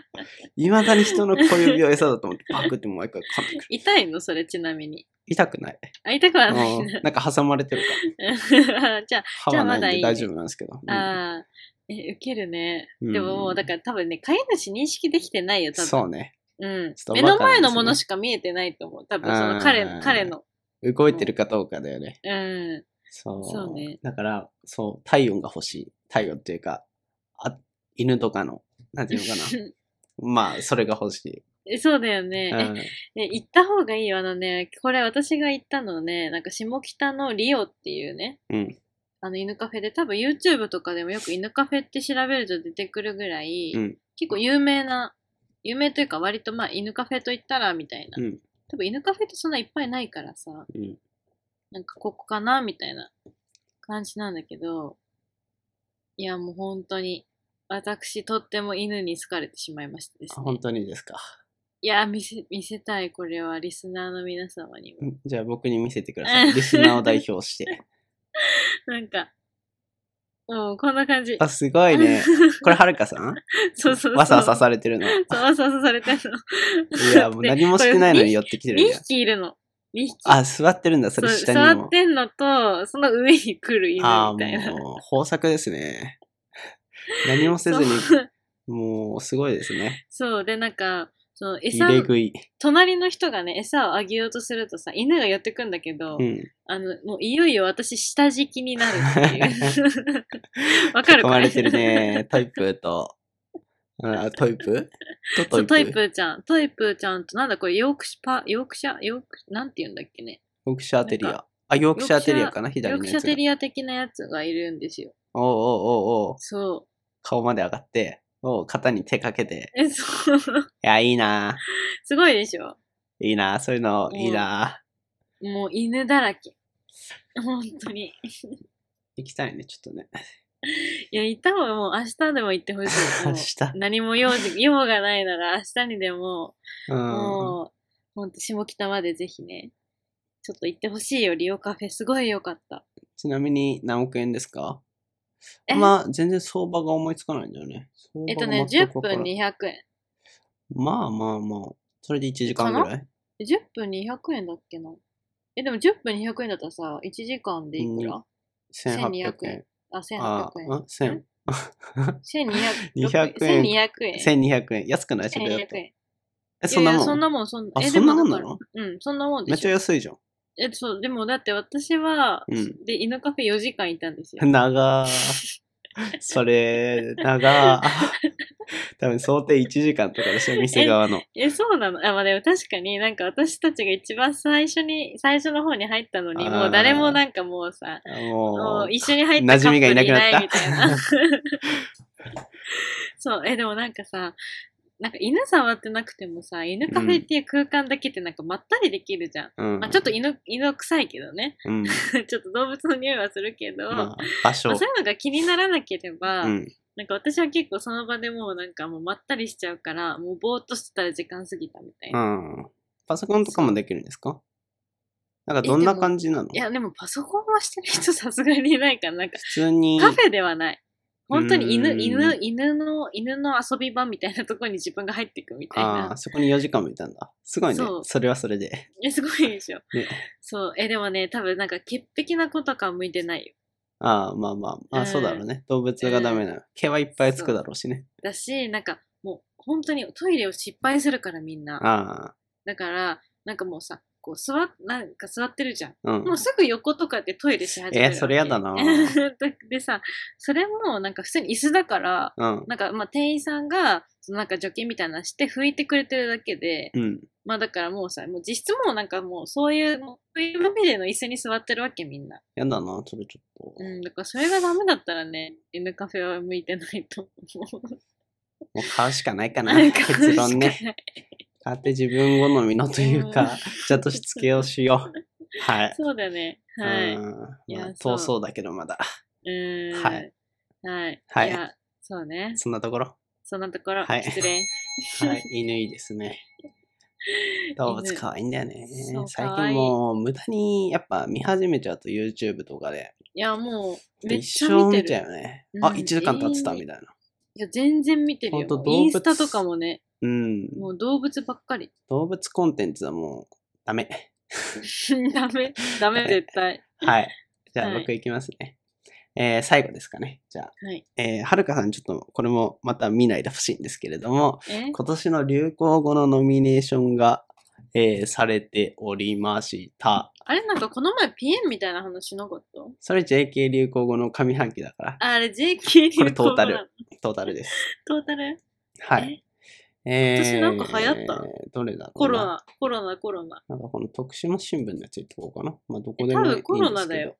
[SPEAKER 1] いまだに人の小指を餌だと 思って、パクって毎回噛ん でくる。
[SPEAKER 2] 痛いのそれちなみに。
[SPEAKER 1] 痛くない。
[SPEAKER 2] あ、痛くは
[SPEAKER 1] う
[SPEAKER 2] ない
[SPEAKER 1] ん
[SPEAKER 2] な。
[SPEAKER 1] なんか挟まれてるから。
[SPEAKER 2] じゃあ、
[SPEAKER 1] 歯
[SPEAKER 2] じゃあ
[SPEAKER 1] は
[SPEAKER 2] ま
[SPEAKER 1] な
[SPEAKER 2] だ
[SPEAKER 1] い
[SPEAKER 2] いい
[SPEAKER 1] んで大丈夫なんですけど。うん
[SPEAKER 2] ああ、え、ウケるね。
[SPEAKER 1] うん
[SPEAKER 2] でももう、だから多分ね、飼い主認識できてないよ、多分。
[SPEAKER 1] そうね。
[SPEAKER 2] うん
[SPEAKER 1] ちょ。っと
[SPEAKER 2] 目
[SPEAKER 1] わかんない
[SPEAKER 2] の前のもの
[SPEAKER 1] ですね
[SPEAKER 2] しか見えてないと思う。多分、その
[SPEAKER 1] あ
[SPEAKER 2] 彼、
[SPEAKER 1] ー
[SPEAKER 2] 彼の。
[SPEAKER 1] 動いてるかどうかだよね。
[SPEAKER 2] うん。
[SPEAKER 1] そう。
[SPEAKER 2] そうね
[SPEAKER 1] だから、そう、体温が欲しい。体温っていうか、あ犬とかの、なんていうのか な。まあ、それが欲しい。
[SPEAKER 2] えそうだよね。
[SPEAKER 1] う
[SPEAKER 2] え
[SPEAKER 1] ん、
[SPEAKER 2] ね、行った方がいいよ。あのね、これ私が行ったのね、なんか下北のリオっていうね、
[SPEAKER 1] うん
[SPEAKER 2] あの犬カフェで、多分 YouTube とかでもよく犬カフェって調べると出てくるぐらい、
[SPEAKER 1] うん
[SPEAKER 2] 結構有名な、有名というか割とまあ犬カフェと言ったらみたいな。
[SPEAKER 1] うん
[SPEAKER 2] 多分犬カフェってそんないっぱいないからさ、
[SPEAKER 1] うん。
[SPEAKER 2] なんかここかなみたいな感じなんだけど、いやもう本当に、私とっても犬に好かれてしまいましたです
[SPEAKER 1] あ
[SPEAKER 2] ね。
[SPEAKER 1] 本当にですか。
[SPEAKER 2] いや見せ、 見せたい、これはリスナーの皆様にも。
[SPEAKER 1] うんじゃあ僕に見せてくだ さい。リスナーを代表して。
[SPEAKER 2] なんか、うん、こんな感じ。
[SPEAKER 1] あ、すごい ね。これはるかさん
[SPEAKER 2] そうそうそう。
[SPEAKER 1] わさわさされてるの。い
[SPEAKER 2] そう、わさわさされてるの。
[SPEAKER 1] や、もう何もしてないのに寄
[SPEAKER 2] よ。
[SPEAKER 1] ってきてるん
[SPEAKER 2] 2
[SPEAKER 1] だよ。
[SPEAKER 2] 匹いるの。2匹。
[SPEAKER 1] あ、座ってるんだ、そ
[SPEAKER 2] そう、
[SPEAKER 1] れ下
[SPEAKER 2] 座
[SPEAKER 1] にも
[SPEAKER 2] っ。てんのと、その上に来る犬
[SPEAKER 1] ああ、
[SPEAKER 2] みたいな。
[SPEAKER 1] もう、豊作ですね。何もせずに、
[SPEAKER 2] そう
[SPEAKER 1] もう、すごいですね。
[SPEAKER 2] そう、で、なんか、その
[SPEAKER 1] 入
[SPEAKER 2] 餌
[SPEAKER 1] れ食い。
[SPEAKER 2] 隣の人がね、餌をあげようとするとさ、犬が寄ってくんだけど、
[SPEAKER 1] うん。
[SPEAKER 2] あの、もういよいよ私、下敷きになるっ ていう。 わかる
[SPEAKER 1] 囲
[SPEAKER 2] こ
[SPEAKER 1] まれてる。ね。トイプーと、あトイプー
[SPEAKER 2] そ
[SPEAKER 1] と
[SPEAKER 2] う、
[SPEAKER 1] ト
[SPEAKER 2] ト
[SPEAKER 1] イ
[SPEAKER 2] イプ
[SPEAKER 1] プー。
[SPEAKER 2] ーちゃん、トイプーちゃんと、なんだこれ、ヨークシパ、ヨークシャ、ヨーク、なんて言うんだっけね。
[SPEAKER 1] ヨークシャーテリ
[SPEAKER 2] なん
[SPEAKER 1] ア。あ、ヨークシャーテリアかな
[SPEAKER 2] ヨ
[SPEAKER 1] 左
[SPEAKER 2] ー
[SPEAKER 1] の
[SPEAKER 2] クシ
[SPEAKER 1] や
[SPEAKER 2] ャ
[SPEAKER 1] つが
[SPEAKER 2] テ。リア的なやつがいるんですよ。
[SPEAKER 1] おうおうおうおう
[SPEAKER 2] そ
[SPEAKER 1] 顔まで上がって、おう肩に手かけて。
[SPEAKER 2] う。え、そう。
[SPEAKER 1] いや、いいな
[SPEAKER 2] すごいでしょ
[SPEAKER 1] いいなそういうの、
[SPEAKER 2] うん
[SPEAKER 1] いいな
[SPEAKER 2] もう犬だらけ。本当に。
[SPEAKER 1] 行きたいね、ちょっとね。
[SPEAKER 2] いや、いた方がもう明日でも行ってほしい。
[SPEAKER 1] 明
[SPEAKER 2] もう
[SPEAKER 1] 日。
[SPEAKER 2] 何も用事、用がないなら明日にでも
[SPEAKER 1] うん。
[SPEAKER 2] もう、ほんと、下北までぜひね、ちょっと行ってほしいよ、リオカフェ。すごいよかった。
[SPEAKER 1] ちなみに何億円ですか
[SPEAKER 2] え
[SPEAKER 1] まあ、全然相場が思いつかないんだよね。
[SPEAKER 2] えっ
[SPEAKER 1] 相場
[SPEAKER 2] と
[SPEAKER 1] が
[SPEAKER 2] ね、
[SPEAKER 1] 全
[SPEAKER 2] 10
[SPEAKER 1] くわから
[SPEAKER 2] 分
[SPEAKER 1] ん
[SPEAKER 2] 200円。
[SPEAKER 1] まあまあまあ。それで1時間
[SPEAKER 2] かな
[SPEAKER 1] ぐらい
[SPEAKER 2] 10分200円だっけな。え、でも10分200円だったらさ、1時間でいくら、
[SPEAKER 1] ?1800 円。
[SPEAKER 2] あ、1800
[SPEAKER 1] あ
[SPEAKER 2] 円。
[SPEAKER 1] あ、千
[SPEAKER 2] 1200
[SPEAKER 1] 200
[SPEAKER 2] 円。
[SPEAKER 1] 円
[SPEAKER 2] 1200円。
[SPEAKER 1] 1200円。安くないそれだ
[SPEAKER 2] 1200
[SPEAKER 1] と。
[SPEAKER 2] 円。
[SPEAKER 1] え、
[SPEAKER 2] い
[SPEAKER 1] そ
[SPEAKER 2] や
[SPEAKER 1] ん
[SPEAKER 2] い
[SPEAKER 1] な
[SPEAKER 2] や、
[SPEAKER 1] もん
[SPEAKER 2] そんなもん、そん
[SPEAKER 1] あ
[SPEAKER 2] え
[SPEAKER 1] そんなもん
[SPEAKER 2] でだか
[SPEAKER 1] なの
[SPEAKER 2] らうん、そんなもん
[SPEAKER 1] め
[SPEAKER 2] で
[SPEAKER 1] っち
[SPEAKER 2] し
[SPEAKER 1] ゃ
[SPEAKER 2] ょ。
[SPEAKER 1] 安いじゃん。
[SPEAKER 2] え、そう、でもだって私は、
[SPEAKER 1] うん
[SPEAKER 2] で、犬カフェ4時間いたんですよ。
[SPEAKER 1] 長ー。それ、長ー。多分想定1時間とかでしょ、店側の。
[SPEAKER 2] え、そうなのあ、まあでも確かになんか私たちが一番最初に、最初の方に入ったのに、
[SPEAKER 1] あー
[SPEAKER 2] もう誰もなんかもうさ、も
[SPEAKER 1] も
[SPEAKER 2] う
[SPEAKER 1] う、
[SPEAKER 2] 一緒に入ったカップルい
[SPEAKER 1] 馴染みがいなく
[SPEAKER 2] な
[SPEAKER 1] なった
[SPEAKER 2] いみたいな。そう、え、でもなんかさ、なんか犬触ってなくてもさ、犬カフェっていう空間だけってなんかまったりできるじゃん。
[SPEAKER 1] うん。
[SPEAKER 2] まあちょっと犬、犬臭いけどね。
[SPEAKER 1] うん。
[SPEAKER 2] ちょっと動物の匂いはするけど、
[SPEAKER 1] まあ場所
[SPEAKER 2] まあ、そういうのが気にならなければ、
[SPEAKER 1] うん。
[SPEAKER 2] なんか私は結構その場でもうなんかもうまったりしちゃうから、もうぼーっとしてたら時間過ぎたみたいな。
[SPEAKER 1] うん。パソコンとかもできるんですかなんかどんな感じなの
[SPEAKER 2] いや、でもパソコンはしてる人さすがにいないから、なんか
[SPEAKER 1] 普通に。
[SPEAKER 2] カフェではない。本当に犬、
[SPEAKER 1] うん
[SPEAKER 2] 犬、犬の、犬の遊び場みたいなところに自分が入っていくみたい
[SPEAKER 1] あ
[SPEAKER 2] な
[SPEAKER 1] あ、。そこに4時間もいたんだ。すごいね
[SPEAKER 2] そ。う
[SPEAKER 1] それはそれで。
[SPEAKER 2] え、すごいでしょ。
[SPEAKER 1] ね
[SPEAKER 2] そう。え、でもね、多分なんか潔癖な子とかは向いてないよ。
[SPEAKER 1] ああ、まあまあ、まあそうだろうね。動物がダメなの。毛はいっぱいつくだろうしね。
[SPEAKER 2] だし、なんかもう本当にトイレを失敗するからみんな。
[SPEAKER 1] あ
[SPEAKER 2] だから、なんかもうさ、こう座っ、なんか座ってるじゃん。
[SPEAKER 1] あ、うん
[SPEAKER 2] もう。すぐ横とかでトイレし始めるわけ。
[SPEAKER 1] えーそれやだな
[SPEAKER 2] でさ、それもなんか普通に椅子だから、
[SPEAKER 1] うん。
[SPEAKER 2] なんかまあ店員さんが、そのなんか除菌みたいなのして拭いてくれてるだけで、
[SPEAKER 1] うん。
[SPEAKER 2] まあだからもうさ、もう実質もうなんかもうそういう、もうそういうまみれの椅子に座ってるわけみんな。
[SPEAKER 1] やだな、それちょっと
[SPEAKER 2] う。ん、だからそれがダメだったらね、犬カフェは向いてないと思う。
[SPEAKER 1] もう買うしかないかな
[SPEAKER 2] なん、か
[SPEAKER 1] 結論
[SPEAKER 2] しか
[SPEAKER 1] ね。
[SPEAKER 2] ない。
[SPEAKER 1] 買って自分好みのという
[SPEAKER 2] うん
[SPEAKER 1] か、ちゃんとしつけをしよう。はい。
[SPEAKER 2] そうだね。はい。
[SPEAKER 1] う
[SPEAKER 2] うんい
[SPEAKER 1] まあ
[SPEAKER 2] や、そ
[SPEAKER 1] 遠
[SPEAKER 2] う
[SPEAKER 1] そうだけどまだ。
[SPEAKER 2] ーん。
[SPEAKER 1] はい。
[SPEAKER 2] はい。
[SPEAKER 1] はい
[SPEAKER 2] や、そうね。
[SPEAKER 1] そんなところ。
[SPEAKER 2] そんなところ、
[SPEAKER 1] はい
[SPEAKER 2] 失礼。
[SPEAKER 1] はい、犬いいですね。動物可愛いんだよね
[SPEAKER 2] そう。
[SPEAKER 1] 最
[SPEAKER 2] 可愛
[SPEAKER 1] 近
[SPEAKER 2] い
[SPEAKER 1] もう無駄にやっぱ見始めちゃうと YouTube とかで。
[SPEAKER 2] いや、もう、めっ
[SPEAKER 1] 一
[SPEAKER 2] ちゃ
[SPEAKER 1] 生
[SPEAKER 2] 見て
[SPEAKER 1] 見
[SPEAKER 2] る。
[SPEAKER 1] ちゃうよね。
[SPEAKER 2] うん
[SPEAKER 1] あ、1時間経ってたみたいな。
[SPEAKER 2] いや、全然見てるよ。
[SPEAKER 1] ほんと
[SPEAKER 2] イ
[SPEAKER 1] 動
[SPEAKER 2] ンス
[SPEAKER 1] 物
[SPEAKER 2] タとかもね、
[SPEAKER 1] うん。
[SPEAKER 2] もう動物ばっかり。
[SPEAKER 1] 動物コンテンツはもうダメ。
[SPEAKER 2] ダメ、ダメ、絶対。
[SPEAKER 1] はい。じゃあ
[SPEAKER 2] はい
[SPEAKER 1] 僕いきますね。えー最後ですかね。じゃあ、
[SPEAKER 2] はい。
[SPEAKER 1] えーはるかさんちょっとこれもまた見ないでほしいんですけれども、今
[SPEAKER 2] え
[SPEAKER 1] 年の流行語のノミネーションが、えーされておりました。
[SPEAKER 2] あれなんかこの前ピエンみたいな話しなかった
[SPEAKER 1] それ JK 流行語の上半期だから、
[SPEAKER 2] あれ JK 流行
[SPEAKER 1] これトータル
[SPEAKER 2] 語なの。
[SPEAKER 1] トータルです。
[SPEAKER 2] トータル
[SPEAKER 1] はい。え
[SPEAKER 2] 私なんか流行った
[SPEAKER 1] どれだろうな
[SPEAKER 2] コロ。ナ、コロナ、コロナ。
[SPEAKER 1] なんかこの徳島新聞のやつ言ってこうかな。まあ、どこで
[SPEAKER 2] え
[SPEAKER 1] も
[SPEAKER 2] 多
[SPEAKER 1] いいん
[SPEAKER 2] 分
[SPEAKER 1] ですけど。
[SPEAKER 2] コロナだよ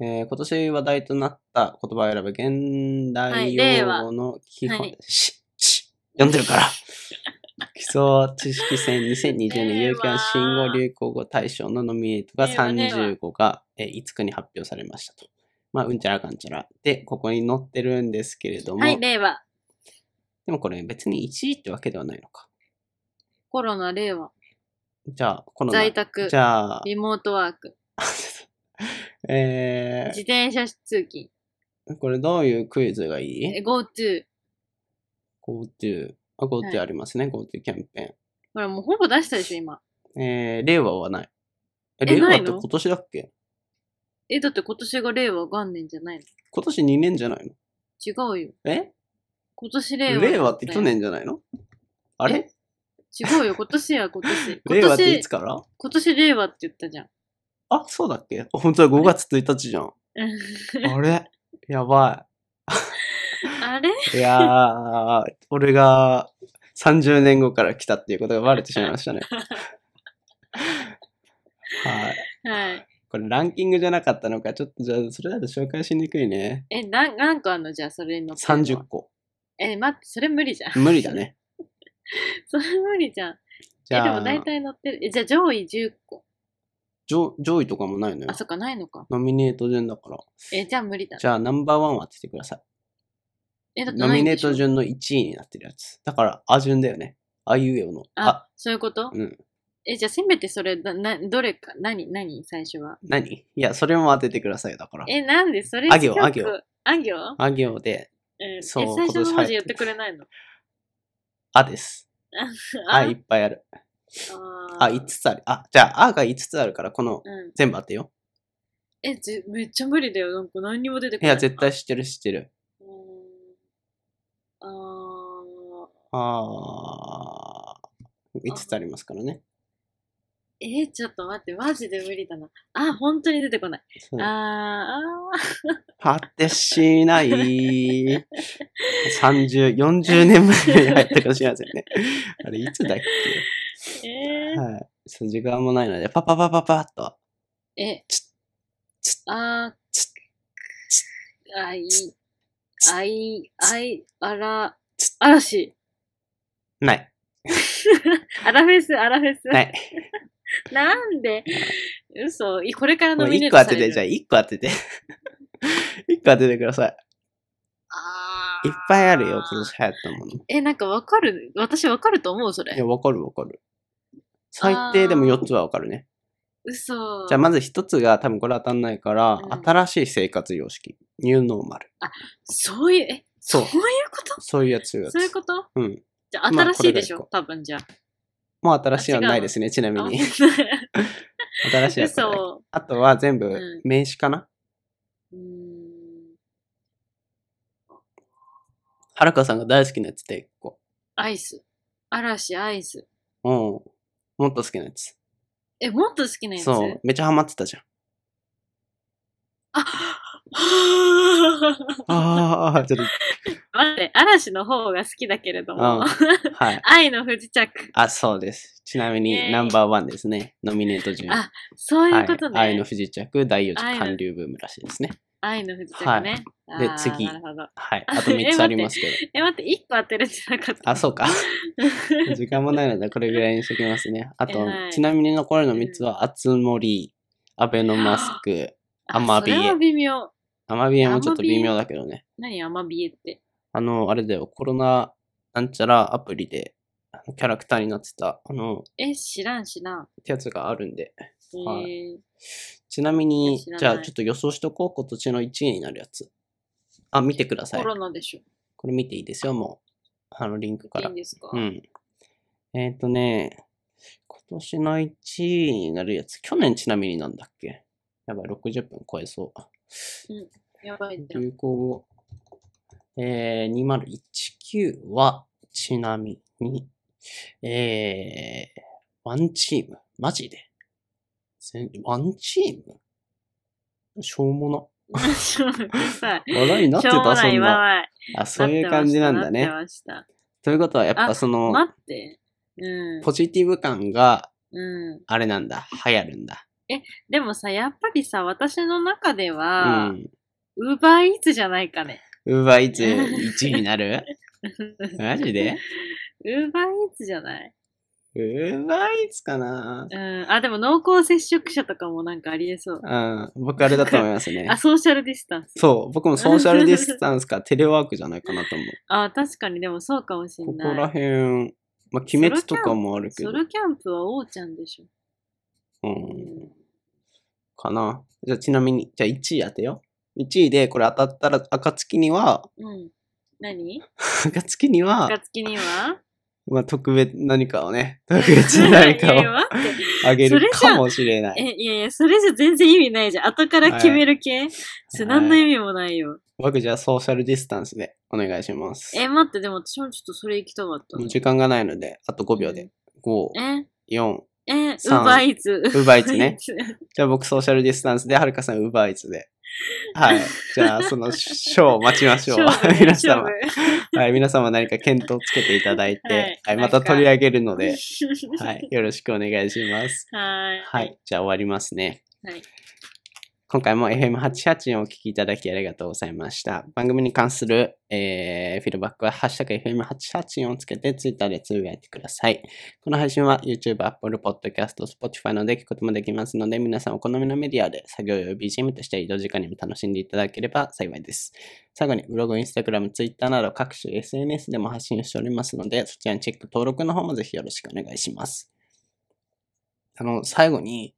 [SPEAKER 1] えー今年話題となった言葉を選ぶ現代用語の基本、
[SPEAKER 2] はい令
[SPEAKER 1] し、し、読んでるから。 基礎知識 戦2020年
[SPEAKER 2] 令和
[SPEAKER 1] 有機新語・流行語大賞のノミネートが
[SPEAKER 2] 令和
[SPEAKER 1] 35が、えー、5日に発表されましたと。まあ、うんちゃらかんちゃら。で、ここに載ってるんですけれども、
[SPEAKER 2] はい、令和。
[SPEAKER 1] でもこれ別に1位ってわけではないのか。
[SPEAKER 2] コロナ、令和。
[SPEAKER 1] じゃあ、この
[SPEAKER 2] 在宅
[SPEAKER 1] じゃあ、
[SPEAKER 2] リモートワーク。
[SPEAKER 1] え
[SPEAKER 2] 自転車通勤。
[SPEAKER 1] ー、これどういうクイズがいい
[SPEAKER 2] え GoTo。
[SPEAKER 1] ?GoTo。あ、
[SPEAKER 2] はい
[SPEAKER 1] GoTo ありますね、GoTo キャンペ
[SPEAKER 2] ほら、もうほぼ出したでしょ、今。
[SPEAKER 1] ーン。えー、令和はない。え
[SPEAKER 2] え
[SPEAKER 1] 令和
[SPEAKER 2] な
[SPEAKER 1] っ
[SPEAKER 2] い
[SPEAKER 1] て
[SPEAKER 2] の
[SPEAKER 1] 今年だっけ
[SPEAKER 2] え、だって今年が令和元年じゃない
[SPEAKER 1] 今年2年じゃない
[SPEAKER 2] の違うよ。
[SPEAKER 1] のえ
[SPEAKER 2] 今年令和。
[SPEAKER 1] 令和って去。年じゃないのあれ
[SPEAKER 2] 違うよ、今年や、今年。
[SPEAKER 1] 令和
[SPEAKER 2] 今
[SPEAKER 1] ってい
[SPEAKER 2] 年
[SPEAKER 1] つ、から
[SPEAKER 2] 今年令和って言ったじゃん。
[SPEAKER 1] あ、そうだっけあ本当は5月1日じゃ ん。あれやば
[SPEAKER 2] あれ
[SPEAKER 1] い。いやー、俺が30年後から来たっていうことがバレてしまいま したね。はい。
[SPEAKER 2] はい。
[SPEAKER 1] これランキングじゃなかったのか、ちょっとじゃあそれだと紹介しにくいね。
[SPEAKER 2] え、なん、何個あんのじゃあ、それに乗ってるの
[SPEAKER 1] 30。個。
[SPEAKER 2] え、待って、それ無理じゃん。
[SPEAKER 1] 無理だね。
[SPEAKER 2] それ無理じゃん。
[SPEAKER 1] じ
[SPEAKER 2] え、で
[SPEAKER 1] ゃ
[SPEAKER 2] も
[SPEAKER 1] あ、
[SPEAKER 2] 大体乗ってる。え、じゃあ上位10個。
[SPEAKER 1] 上上位とかもないのよ
[SPEAKER 2] あ、。そっか、ないのか。
[SPEAKER 1] ノミネート順だから。
[SPEAKER 2] え、じゃあ無理だ。
[SPEAKER 1] じゃあナンバーワンを当ててくださ
[SPEAKER 2] え、だ
[SPEAKER 1] い。
[SPEAKER 2] って
[SPEAKER 1] ノ
[SPEAKER 2] ない
[SPEAKER 1] ミ
[SPEAKER 2] ん
[SPEAKER 1] ネ
[SPEAKER 2] で
[SPEAKER 1] ー
[SPEAKER 2] しょ
[SPEAKER 1] ト順の1位になってるやつ。だから、あ順だよね。あいうえおの。あ、
[SPEAKER 2] あ、そういうこと
[SPEAKER 1] うん。
[SPEAKER 2] え、じゃあせめてそれ、な、などれか、何、何、最初は。
[SPEAKER 1] 何いや、それも当ててくださいよ。だから。
[SPEAKER 2] え、なんでそれ
[SPEAKER 1] あ行
[SPEAKER 2] 近く
[SPEAKER 1] あ行。
[SPEAKER 2] あ行うん。
[SPEAKER 1] あ行で、
[SPEAKER 2] え、
[SPEAKER 1] そう
[SPEAKER 2] 最初の文字
[SPEAKER 1] 今年入
[SPEAKER 2] 言
[SPEAKER 1] っ
[SPEAKER 2] っててくれないの
[SPEAKER 1] あです。あいっぱいある。
[SPEAKER 2] あ
[SPEAKER 1] あ、5つある。あ、じゃあ、あが5つあるから、この、
[SPEAKER 2] うん。
[SPEAKER 1] 全部当てよ
[SPEAKER 2] え、じめっちゃ無理だよ。なんか何にも出て
[SPEAKER 1] う。い
[SPEAKER 2] こない。
[SPEAKER 1] や、絶。対知ってる、知ってる。
[SPEAKER 2] あー
[SPEAKER 1] あー。5つありますからね。
[SPEAKER 2] えー、ちょっと待って、マジで無理だな。あ、本当に出てこない。
[SPEAKER 1] そう
[SPEAKER 2] あー
[SPEAKER 1] 果てしない。30、40年前に入ったかもしれませんね。あれ、いつだっけ
[SPEAKER 2] あー、えー
[SPEAKER 1] はい。そう、時間もないので、パパパパパッと。
[SPEAKER 2] え
[SPEAKER 1] つつ、
[SPEAKER 2] あー
[SPEAKER 1] つつ、
[SPEAKER 2] あい
[SPEAKER 1] つ、
[SPEAKER 2] あい、あい、あら
[SPEAKER 1] つ、
[SPEAKER 2] 嵐。
[SPEAKER 1] ない。
[SPEAKER 2] アラフェス、アラフェス。
[SPEAKER 1] ない。
[SPEAKER 2] なんで嘘いこれから
[SPEAKER 1] も
[SPEAKER 2] ノ
[SPEAKER 1] う
[SPEAKER 2] ミネ
[SPEAKER 1] 一
[SPEAKER 2] ート
[SPEAKER 1] 個当
[SPEAKER 2] さ
[SPEAKER 1] て
[SPEAKER 2] れ
[SPEAKER 1] て、
[SPEAKER 2] る
[SPEAKER 1] じゃあ一個当てて。一個当ててくださ
[SPEAKER 2] あ
[SPEAKER 1] い。
[SPEAKER 2] ー
[SPEAKER 1] いっぱいあるよ、今年流行ったもの。
[SPEAKER 2] え、なんかわかる私わかると思う、そ
[SPEAKER 1] いや、
[SPEAKER 2] れ。
[SPEAKER 1] わかるわかる。最低でも4つはわかるね。
[SPEAKER 2] 嘘
[SPEAKER 1] じゃあまず1つが多分これ当たんないから、
[SPEAKER 2] うん
[SPEAKER 1] 新しい生活様式。ニューノーマル。
[SPEAKER 2] そういう、え、
[SPEAKER 1] そ
[SPEAKER 2] そう ういうこと
[SPEAKER 1] そういうやつ、そういうやつ。
[SPEAKER 2] そういうこと
[SPEAKER 1] うん。
[SPEAKER 2] じゃあ
[SPEAKER 1] まあ
[SPEAKER 2] 新しいでし
[SPEAKER 1] こ
[SPEAKER 2] ょ、多分じゃあ。
[SPEAKER 1] もう新しいのは
[SPEAKER 2] あ
[SPEAKER 1] な
[SPEAKER 2] 違う
[SPEAKER 1] いですね、ちなみに。
[SPEAKER 2] あ
[SPEAKER 1] 新しいやつだけ。
[SPEAKER 2] 嘘。
[SPEAKER 1] あとは全部
[SPEAKER 2] うん
[SPEAKER 1] 名詞かな、
[SPEAKER 2] うーん
[SPEAKER 1] はるかさんが大好きなやつで1個。
[SPEAKER 2] アイス。嵐、アイス。
[SPEAKER 1] うん。もっと好きなやつ。
[SPEAKER 2] え、もっと好きなやつ
[SPEAKER 1] そう。めちゃハマってたじゃん。
[SPEAKER 2] あ はぁ
[SPEAKER 1] あ あ、ちょっと。
[SPEAKER 2] 待って、嵐の方が好きだけれど
[SPEAKER 1] うん。
[SPEAKER 2] も、
[SPEAKER 1] はい。
[SPEAKER 2] 愛の不時着。
[SPEAKER 1] あ、そうです。ちなみ
[SPEAKER 2] イェー
[SPEAKER 1] に
[SPEAKER 2] イ
[SPEAKER 1] ナンバーワンですね。ノミネート順。
[SPEAKER 2] あそういうことね。
[SPEAKER 1] はい、愛の不時着、第4
[SPEAKER 2] 愛
[SPEAKER 1] 次
[SPEAKER 2] の
[SPEAKER 1] 韓流ブームらしいですね。
[SPEAKER 2] 愛の不時着ね。
[SPEAKER 1] はいで
[SPEAKER 2] あー
[SPEAKER 1] 次
[SPEAKER 2] なるほど。
[SPEAKER 1] はい。
[SPEAKER 2] あ
[SPEAKER 1] あと
[SPEAKER 2] え
[SPEAKER 1] 3つありますけど。
[SPEAKER 2] え、待って、1個当てれてなかった。
[SPEAKER 1] あ、そうか。時間もないので、これぐらいにしときますね。あと、
[SPEAKER 2] はい
[SPEAKER 1] ちなみに残るの3つは、熱森、アベノマスク、アマビエ
[SPEAKER 2] あそれは微妙。
[SPEAKER 1] アマビエもちょっと微妙だけどね。
[SPEAKER 2] 何アマビエって。
[SPEAKER 1] あの、あれだよ、コロナなんちゃらアプリで、あのキャラクターになってた、あの、っ
[SPEAKER 2] え、知らんしな。
[SPEAKER 1] てやつがあるんで。
[SPEAKER 2] えー
[SPEAKER 1] はちなみに、
[SPEAKER 2] 知らない
[SPEAKER 1] じゃあちょっと予想しとこう。今年の1位になるやつ。あ、見てください
[SPEAKER 2] コ。ロナでしょ。
[SPEAKER 1] これ見ていいですよ、もう。あの、リンクか
[SPEAKER 2] いい
[SPEAKER 1] ら
[SPEAKER 2] ん。ですか、
[SPEAKER 1] うん。えっ、とね、今年の1位になるやつ、去年ちなみになんだっけやばい、60分超えそう。
[SPEAKER 2] やばいじゃ ん。
[SPEAKER 1] 流行語。えー、2019は、ちなみに、えー、ワンチーム。マジで全ワンチームしょうもな。
[SPEAKER 2] しょうさ
[SPEAKER 1] 話題になって
[SPEAKER 2] しょうも
[SPEAKER 1] た、
[SPEAKER 2] な
[SPEAKER 1] そ
[SPEAKER 2] い
[SPEAKER 1] んな。
[SPEAKER 2] わわい。
[SPEAKER 1] あ、そういう感じなんだね
[SPEAKER 2] って。ました。
[SPEAKER 1] ということは、やっぱ
[SPEAKER 2] あ
[SPEAKER 1] その、
[SPEAKER 2] 待って。うん。
[SPEAKER 1] ポジティブ感が、
[SPEAKER 2] うん、
[SPEAKER 1] あれなんだ、流行るんだ。
[SPEAKER 2] でもさ、やっぱりさ、私の中で
[SPEAKER 1] う
[SPEAKER 2] は、
[SPEAKER 1] ん。
[SPEAKER 2] ウーバーイーツじゃないかね。
[SPEAKER 1] ウーバーイーツ1位にな るマジで
[SPEAKER 2] ウーバーイーツじゃない
[SPEAKER 1] ウーバーイーツかな
[SPEAKER 2] うん。あ、でも濃厚接触者とかもなんかありえそう。
[SPEAKER 1] うん。僕あれだと思いますね。
[SPEAKER 2] あ、ソーシャルディスタンス。
[SPEAKER 1] そう、僕もソーシャルディスタンスか テレワークじゃないかなと思
[SPEAKER 2] あ、確かに、でもそうかもし
[SPEAKER 1] う。
[SPEAKER 2] ん
[SPEAKER 1] ここ
[SPEAKER 2] ない。
[SPEAKER 1] ら辺、まあ、鬼滅とかもあるけど
[SPEAKER 2] ソ、ロキャンプは王ちゃんでしょ。
[SPEAKER 1] うん、かな。じゃあちなみに、じゃあ1位当てよう。1位でこれ当たったら、暁には、
[SPEAKER 2] うん。何
[SPEAKER 1] 暁には、
[SPEAKER 2] 暁には
[SPEAKER 1] まあ、特別、何かをね、特別な何か
[SPEAKER 2] いやいや
[SPEAKER 1] を
[SPEAKER 2] 待って
[SPEAKER 1] あげ
[SPEAKER 2] そ
[SPEAKER 1] る
[SPEAKER 2] れじゃ
[SPEAKER 1] かもしれない。
[SPEAKER 2] え、いやいや、それじゃ全然意味ないじゃん。後から決める系、それ何の意味もないよ。
[SPEAKER 1] 僕じゃあソーシャルディスタンスでお願いします。
[SPEAKER 2] え、待って、でも私もちょっとそれ行きたかった
[SPEAKER 1] もう。時間がないので、あと5秒
[SPEAKER 2] う
[SPEAKER 1] で。5、
[SPEAKER 2] え、
[SPEAKER 1] 4、
[SPEAKER 2] え、ウ
[SPEAKER 1] さん
[SPEAKER 2] ーバーイーツ。。
[SPEAKER 1] ウーバーイーツね
[SPEAKER 2] ウーバーイーツ。
[SPEAKER 1] じゃあ僕ソーシャルディスタンスで、はるかさんウーバーイーツで。はい。じゃあその賞を待ちましょう
[SPEAKER 2] 勝。負
[SPEAKER 1] 皆様。
[SPEAKER 2] 勝負
[SPEAKER 1] はい。皆様何か検討つけていただいて、
[SPEAKER 2] は
[SPEAKER 1] はいい、
[SPEAKER 2] なん
[SPEAKER 1] ま
[SPEAKER 2] か
[SPEAKER 1] た取り上げるので、は。
[SPEAKER 2] はい
[SPEAKER 1] よろしくお願いします。
[SPEAKER 2] ーい。
[SPEAKER 1] はい。じゃあ終わりますね。
[SPEAKER 2] はい。
[SPEAKER 1] 今回も FM88 をお聞きいただきありがとうございました。番組に関する、えーフィードバックは、ハッシュタグ FM88 をつけて、ツイッターでつぶやいてください。この配信は YouTube、Apple Podcast、Spotify などで聞くこともできますので、皆さんお好みのメディアで作業用 BGM として移動時間にも楽しんでいただければ幸いです。最後に、ブログ、インスタグラム、ツイッターなど各種 SNS でも発信しておりますので、そちらにチェック登録の方もぜひよろしくお願いします。あの、最後に、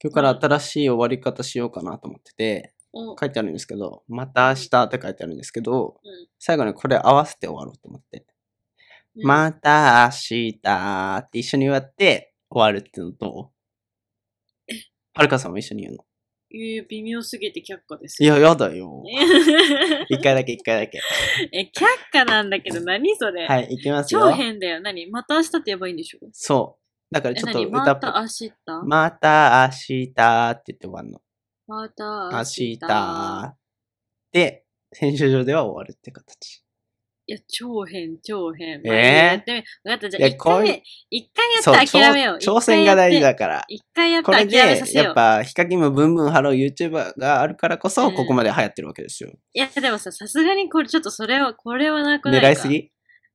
[SPEAKER 1] 今日から新しい終わり方しようかなと思ってて、
[SPEAKER 2] お、
[SPEAKER 1] 書いてあるんですけど、また明日って書いてあるんですけど、
[SPEAKER 2] うん
[SPEAKER 1] 最後にこれ合わせて終わろうと思って、また明日って一緒に言わって終わるってのと、はるかさんも一緒に言うの。
[SPEAKER 2] うん、えー微妙すぎて却下です。
[SPEAKER 1] いや、やだよ。一回だけ一回だけ。
[SPEAKER 2] え、却下なんだけど、何それ。
[SPEAKER 1] はい、行きます
[SPEAKER 2] 超
[SPEAKER 1] よ。
[SPEAKER 2] 変だよ。何また明日って言えばいいんでしょ
[SPEAKER 1] そう。だから
[SPEAKER 2] え、
[SPEAKER 1] ちょっと
[SPEAKER 2] 何
[SPEAKER 1] 歌
[SPEAKER 2] ま
[SPEAKER 1] っぽ
[SPEAKER 2] た
[SPEAKER 1] く。
[SPEAKER 2] 明日
[SPEAKER 1] また明日って言って終わるの。
[SPEAKER 2] また
[SPEAKER 1] 明日。で、編集上では終わるって形。
[SPEAKER 2] いや、超変、超変。
[SPEAKER 1] えー
[SPEAKER 2] まあやってみ分かった、じゃあ、
[SPEAKER 1] いや
[SPEAKER 2] 一回
[SPEAKER 1] こうい
[SPEAKER 2] 目、一回やって諦めよう。
[SPEAKER 1] そう挑挑戦が大事
[SPEAKER 2] から
[SPEAKER 1] だから。
[SPEAKER 2] 一回やって
[SPEAKER 1] こ
[SPEAKER 2] 諦
[SPEAKER 1] れ
[SPEAKER 2] め
[SPEAKER 1] で
[SPEAKER 2] さ、せよう。
[SPEAKER 1] やっぱ、ヒカキンもブンブンハロー YouTuber があるからこ
[SPEAKER 2] う
[SPEAKER 1] そ、
[SPEAKER 2] ん
[SPEAKER 1] ここまで流行ってるわけですよ。
[SPEAKER 2] いや、でもさ、さすがにこれちょっとそれは、これはなくないか
[SPEAKER 1] 狙いすぎ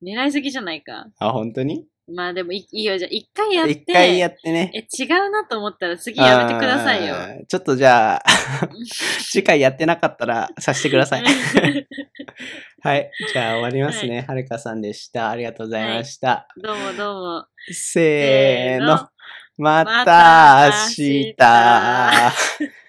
[SPEAKER 2] 狙いすぎじゃないか。
[SPEAKER 1] あ、本当に
[SPEAKER 2] まあでもいいいよ、じゃあ一回やって。
[SPEAKER 1] 一回やってね。
[SPEAKER 2] え、違うなと思ったら次やめてくださいよ。
[SPEAKER 1] あー。ちょっとじゃ あ、次回やってなかったらさせてください。はい。じゃあ終わりますね。はるかさんでした。ありがとうございました。
[SPEAKER 2] どうもどうも。
[SPEAKER 1] せーの。また
[SPEAKER 2] また
[SPEAKER 1] 明
[SPEAKER 2] 明
[SPEAKER 1] 日
[SPEAKER 2] 日。